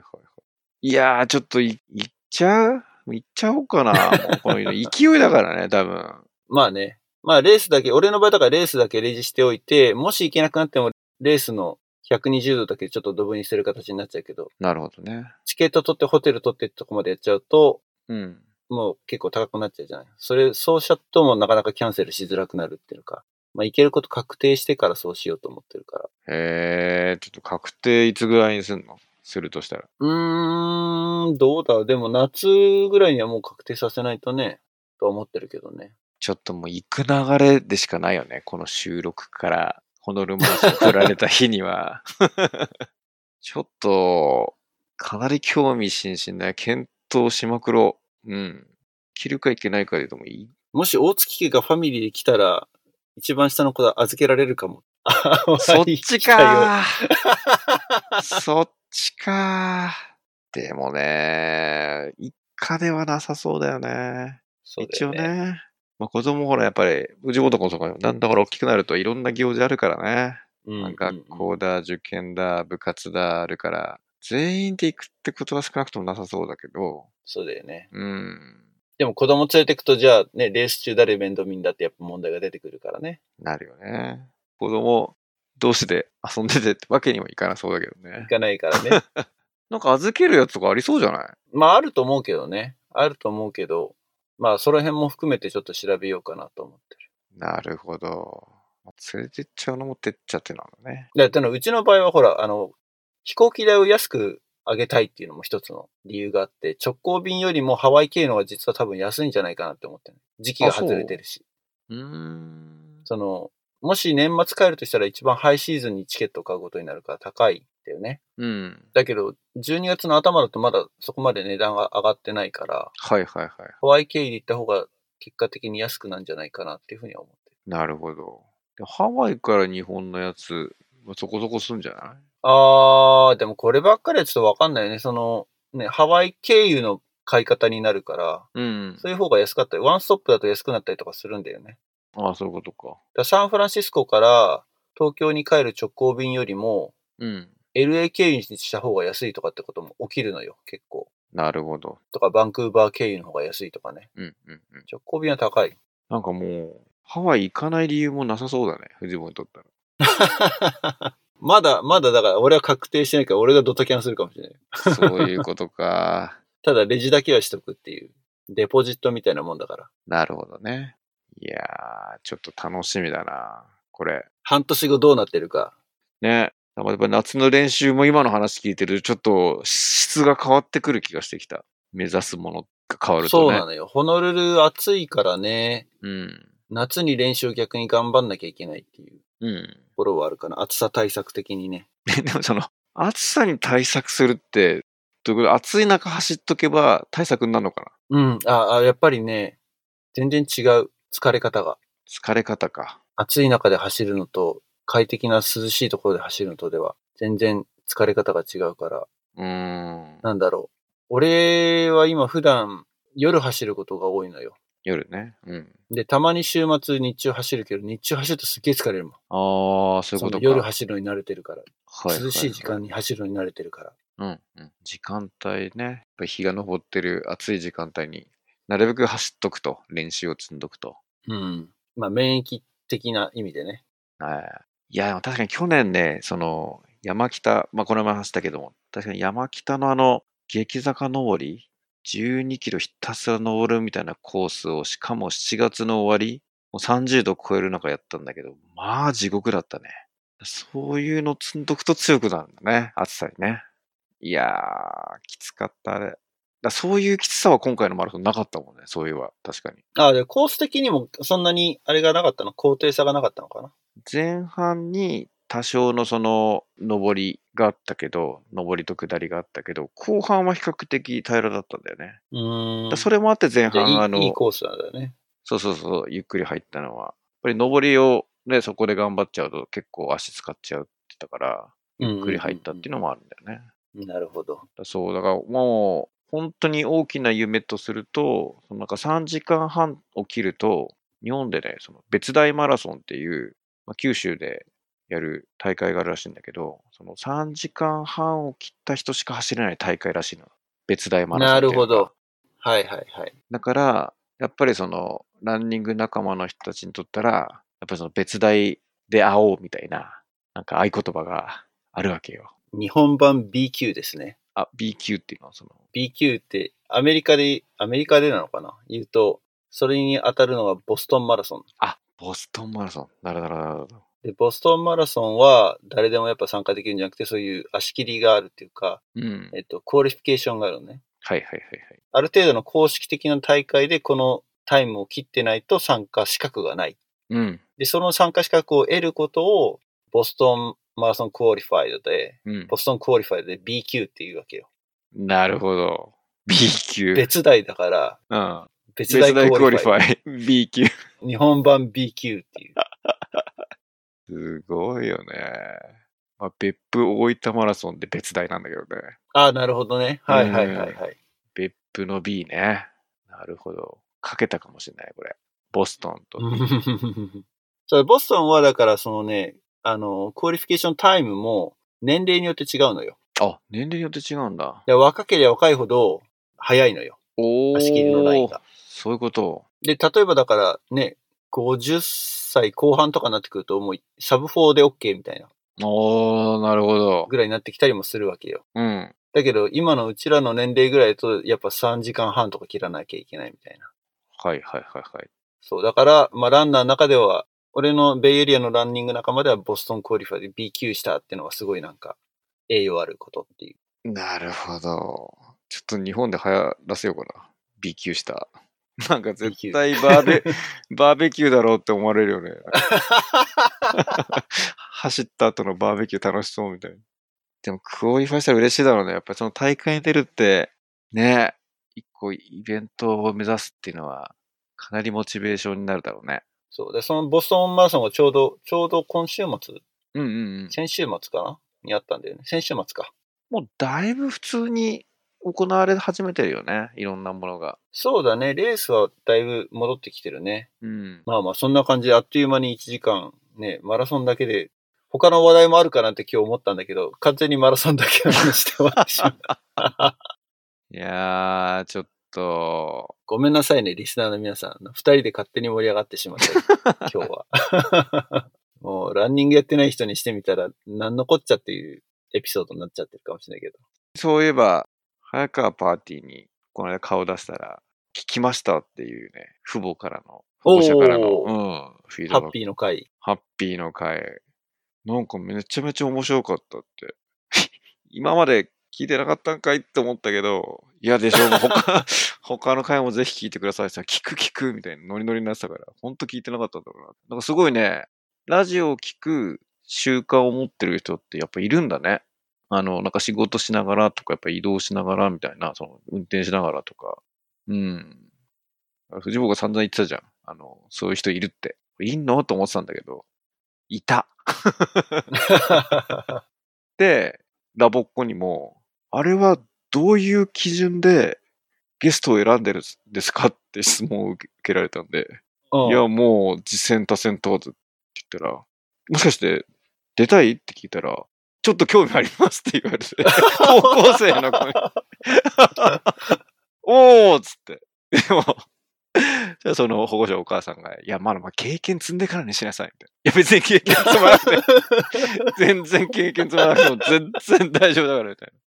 はい。いやー、ちょっとい、行っちゃう行っちゃおうかな。もうこの 勢いだからね、多分。
まあね、まあレースだけ、俺の場合だからレースだけレジしておいて、もし行けなくなっても、レースの120度だけちょっとドブにする形になっちゃうけど、
なるほどね。
チケット取ってホテル取ってってとこまでやっちゃうと、
うん。
もう結構高くなっちゃうじゃない。それ、そうしちゃうともうなかなかキャンセルしづらくなるっていうか、まあ行けること確定してからそうしようと思ってるから。
へえ、ちょっと確定いつぐらいにすんのするとしたら。
うーん、どうだでも夏ぐらいにはもう確定させないとね、とは思ってるけどね。
ちょっともう行く流れでしかないよね。この収録から、ホノルルマラソン振られた日には。 ちょっと、かなり興味津々だよ。検討しまくろう。うん。着るか行けないかで言うともういい。
もし大月家がファミリーで来たら、一番下の子は預けられるかも。 あ
そっち。かーそっちかーでもね、一家ではなさそうだよね。
そうだ
一
よ
応
ね。
ね。まあ子供ほらやっぱり、うちもとこそこ、だんだんほら大きくなるといろんな行事あるからね。
うん
まあ学校だ、受験だ、部活だ、あるから、全員で行くってことは少なくともなさそうだけど、
そうだよね。
うん、
でも子供連れてくと、じゃあね、レース中誰面倒見んだってやっぱ問題が出てくるからね。
なるよね。子供同士で遊んでてってわけにもいかなそうだけどね
行。かないから ね。
なんか預けるやつとかありそうじゃない
まああると思うけどね。あると思うけど、まあその辺も含めてちょっと調べようかなと思ってる。
なるほど。連れてっちゃうのもてっちゃってなのね。
だってのうちの場合はほら、あの、飛行機代を安く上げたいっていうのも一つの理由があって、直行便よりもハワイ経由の方が実は多分安いんじゃないかなって思ってる。時期が外れてるし。
うーん。
その、もし年末帰るとしたら一番ハイシーズンにチケットを買うことになるから高いんだよね。
うん。
だけど、12月の頭だとまだそこまで値段が上がってないから、
はいはいはい。
ハワイ経由で行った方が結果的に安くなんじゃないかなっていうふうには思ってる。
なるほど。でハワイから日本のやつ、まあそこそこすんじゃない
あー、でもこればっかりはちょっとわかんないよね。その、ね、ハワイ経由の買い方になるから、
うん。
そういう方が安かったり、ワンストップだと安くなったりとかするんだよね。
ああ、そういうことか。
だからサンフランシスコから東京に帰る直行便よりも、
うん。
LA 経由にした方が安いとかってことも起きるのよ、結構。
なるほど。
とか、バンクーバー経由の方が安いとかね。
うんうんうん。
直行便は高い。
なんかもう、ハワイ行かない理由もなさそうだね、藤本にとったら。
まだ、まだだから、俺は確定してないから、俺がドタキャンするかもしれない。
そういうこと か。
ただ、レジだけはしとくっていう。デポジットみたいなもんだから。
なるほどね。いやー、ちょっと楽しみだな、これ。
半年後どうなってるか。
ね。やっぱ夏の練習も今の話聞いてると、ちょっと質が変わってくる気がしてきた。目指すものが変わる
そ
と
う
ね。
なのよ。ホノルル暑いからね、
うん。
夏に練習を逆に頑張んなきゃいけないっていう。
うん。
ところはあるかな。暑さ対策的にね。
でもその、暑さに対策するって、どういうこと暑い中走っとけば対策になるのかな
うん。ああ、やっぱりね、全然違う。疲れ方が。
疲れ方か。
暑い中で走るのと、快適な涼しいところで走るのとでは、全然疲れ方が違うから、
うーん。
なんだろう。俺は今普段、夜走ることが多いのよ。
夜ね。うん。
で、たまに週末日中走るけど、日中走るとすっげえ疲れるもん。
ああ、そういうこと
その
か。
夜走るのに慣れてるから、
ははは
涼しい時。間に走るのに慣れてるから。
うん、うん。時間帯ね。やっぱ日が昇ってる暑い時間帯になるべく走っとくと。練習を積んどくと。
うん。まあ、免疫的な意味でね。
はい。いや、でも確かに去年ね、その、山北、まあ、この前話したけども、確かに山北のあの、激坂上り、12キロひたすら登るみたいなコースを、しかも7月の終わり、もう30度超える中やったんだけど、まあ地獄だったね。そういうの積んどくと強くなるんだね、暑さにね。いやー、きつかったあれ。だそういうきつさは今回のマラソンなかったもんね。そういえば、確かに。
ああ、で、コース的にもそんなにあれがなかったの高低差がなかったのかな
前半に多少のその、上りがあったけど、上りと下りがあったけど、後半は比較的平らだったんだよね。
うー
だ
ん。
それもあって前
じゃあい
半、あ
いい
の
い、コースなんだよね。
そうそうそう、ゆっくり入ったのは。やっぱり上りをね、そこで頑張っちゃうと結構足使っちゃうって言ったから、ゆっくり入ったっていうのもあるんだよね。
なるほど。
だそう、だからもう、本当に大きな夢とすると、そのなんか3時間半を切ると、日本でね、その別大マラソンっていう、まあ、九州でやる大会があるらしいんだけど、その3時間半を切った人しか走れない大会らしいの。別大マラソン
な
ってい
る
うのが
ほど。はいはいはい。
だから、やっぱりその、ランニング仲間の人たちにとったら、やっぱりその別大で会おうみたいな、なんか合言葉があるわけよ。
日本版 B 級ですね。
あ、B 級っていうのはその、
B 級ってアメリカで、アメリカでなのかな言うと、それに当たるのがボストンマラソン。
あ、ボストンマラソン。なるほどなるほど。
で、ボストンマラソンは誰でもやっぱ参加できるんじゃなくて、そういう足切りがあるっていうか、
うん。
えっと、クオリフィケーションがあるのね。
はいはいはいはい。
ある程度の公式的な大会でこのタイムを切ってないと参加資格がない。
うん。
で、その参加資格を得ることを、ボストンマラソンクオリファイドで、
うん
ボ。ストンクオリファイドで B 級っていうわけよ。
なるほど。B 級。
別台だから、
うん。
別台
別
ク
大ク
オ
オ
リ
リ
フ
フ
ァイ
ァイ。B 級。
ド。日本版 B 級っていう。
すごいよね。まあ、別府大分マラソンで別大なんだけどね。
ああ、なるほどね。はいはいはい はい。
別府の B ね。なるほど。かけたかもしれない、これ。ボストンと。
そうボストンはだからそのね、あの、クオリフィケーションタイムも年齢によって違うのよ。
あ、年齢によって違うんだ。
で若ければ若いほど早いのよ。
おー
足切りのラインが。
そういうこと。
で、例えばだからね、50歳後半とかになってくるともうサブ4で OK みたいな
おー、なるほど。
ぐらいになってきたりもするわけよ。
うん。
だけど今のうちらの年齢ぐらいだとやっぱ3時間半とか切らなきゃいけないみたいな。
はいはいはいはい。
そう、だから、まあ、ランナーの中では、俺のベイエリアのランニング仲間ではボストンクオリファイで B 級したっていうのはすごいなんか、栄養あることっていう。
なるほど。ちょっと日本で流行らせようかな。B 級 した。なんか絶対バーベ、バーベキューだろうって思われる よね。走った後のバーベキュー楽しそうみたいな。でもクオリファイしたら嬉しいだろうね。やっぱりその大会に出るって、ね、一個イベントを目指すっていうのは、かなりモチベーションになるだろうね。
そう。で、そのボストンマラソンがちょうど、ちょうど今週末、
うんうんうん。
先週末かなにあったんだよね。先週末か。
もうだいぶ普通に行われ始めてるよね。いろんなものが。
そうだね。レースはだいぶ戻ってきてるね。
うん。
まあまあ、そんな感じであっという間に1時間、ね、マラソンだけで、他の話題もあるかなって今日思ったんだけど、完全にマラソンだけの話で終わってし まった。
いやー、ちょっと、
ごめんなさいね、リスナーの皆さん。二人で勝手に盛り上がってしまった、今日 は。もう、ランニングやってない人にしてみたら、なんのこっちゃっていうエピソードになっちゃってるかもしれないけど。
そういえば、早川パーティーにこの間顔出したら、聞きましたっていうね、父母からの、保護者からの、
お
う
ー
ん、フィード
ハ
バ
ッ
ック
ピーの 回。
ハッピーの会。なんかめちゃめちゃ面白かったって。 今まで聞いてなかったんかいって思ったけど、いやでしょ、もう他、 他の回もぜひ聞いてくださいって言ったら聞く聞くみたいなノリノリになってたから、ほんと聞いてなかったんだろうな。なんかすごいね、ラジオを聞く習慣を持ってる人ってやっぱいるんだね。あの、なんか仕事しながらとか、やっぱ移動しながらみたいな、その運転しながらとか。うん。藤本が散々言ってたじゃん。あの、そういう人いるって。いんのと思ってたんだけど、いた。で、ラボっ子にも、あれはどういう基準でゲストを選んでるんですかって質問を受けられたんで、
うん
いや、もう、実践多戦問わずって言ったら、もしかして、出たいって聞いたら、ちょっと興味ありますって言われて、高校生の 子に。おーっつって。でも、じゃあその保護者お母さんが、いや、まだまあ経験積んでからにしなさい、みたいな。いや、別に経験積まなくて、全然経験積まなくても全然大丈夫だから、みたいな。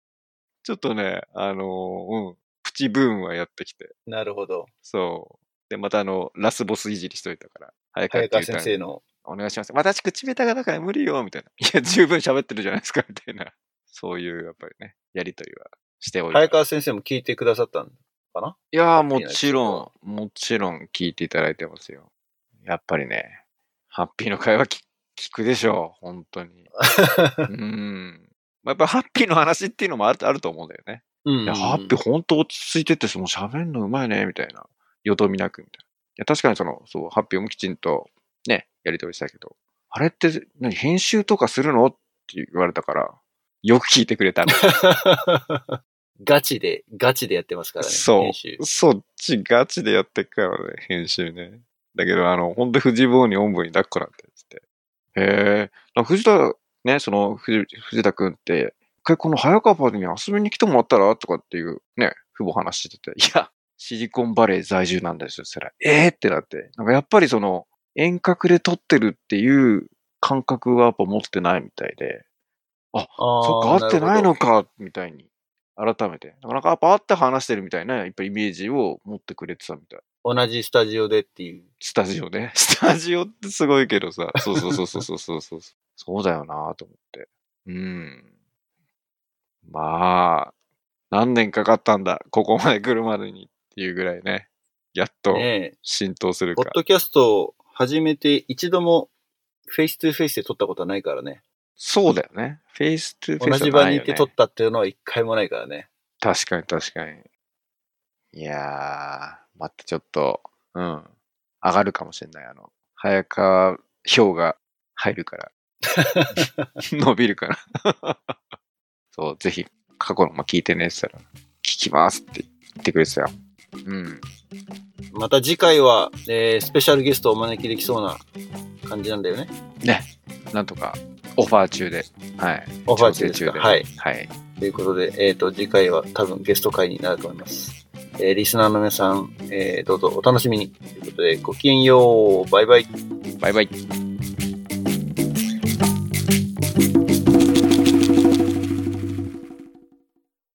ちょっとね、あのーうん、プチブームはやってきて。
なるほど。
そう。で、またあの、ラスボスいじりしといたから、早川
早
って
川
言った
先
ら
生の。
お願いします。私、口下手がだから無理よ、みたいな。いや、十分喋ってるじゃないですか、みたいな。そういう、やっぱりね、やりとりはしております
早川先生も聞いてくださったんかない
やー、もちろん、もちろん聞いていただいてますよ。やっぱりね、ハッピーの会話聞聞くでしょう、本当に。うん。まあやっぱハッピーの話っていうのもあるあると思うんだよね。
うん
いや、ハッピー本当落ち着いてて、もう喋るのうまいね、みたいな。よどみなく、みたいな。いや、確かにその、そう、ハッピーもきちんと、ね、やりとりしたけど、あれって、何、編集とかするのって言われたから、よく聞いてくれたね。
ガチで、ガチでやってますからね。
そう
編集
そっちガチでやってっからね、編集ね。だけど、あの、ほんと藤坊におんぶに抱っこなんてつって。へえ、なんか藤田、ね、その藤、藤田くんって、一回この早川パーティーに遊びに来てもらったらとかっていうね、父母話してて、いや、シリコンバレー在住なんですよ、そら。ええー、ってなって。なんかやっぱりその、遠隔で撮ってるっていう感覚はやっぱ持ってないみたいで、
あー
そっか、会ってないの。
る
か、みたいに、改めて。なんかやっぱ会って話してるみたいな、やっぱイメージを持ってくれてたみたい。
ほど同じスタジオでっていう。
スタジ オね。スタジオってすごいけどさ。そうそうそうそうそうそうそう。そうだよなと思って。うん。まあ、何年かかったんだ。ここまで来るまでにっていうぐらいね。やっと
ねえ
浸透する
ポ
か。
ッドキャストを始めて一度もフェイス2フェイスで撮ったことはないからね。
そうだよね。フェイス2フェイ
同
ス
じ
は
場
ない
に行
よ
って
ね
撮ったっていうのは一回もないからね。
確かに確かに。いやー、またちょっと、うん。上がるかもしれない。あの、早川票が入るから。伸びるから。 そう、ぜひ、過去のも聞いてねって言ったら、聞きますって言ってくれてたよ。うん。
また次回は、えースペシャルゲストをお招きできそうな感じなんだよね。
ね。なんとか、オファー中で。はい。
オファー中です
調整
か。はい。
はい。
ということで、えっ、と、次回は多分ゲスト会になると思います。えーリスナーの皆さん、えーどうぞお楽しみに。ということで、ごきげんよう。バイバイ。
バイバイ。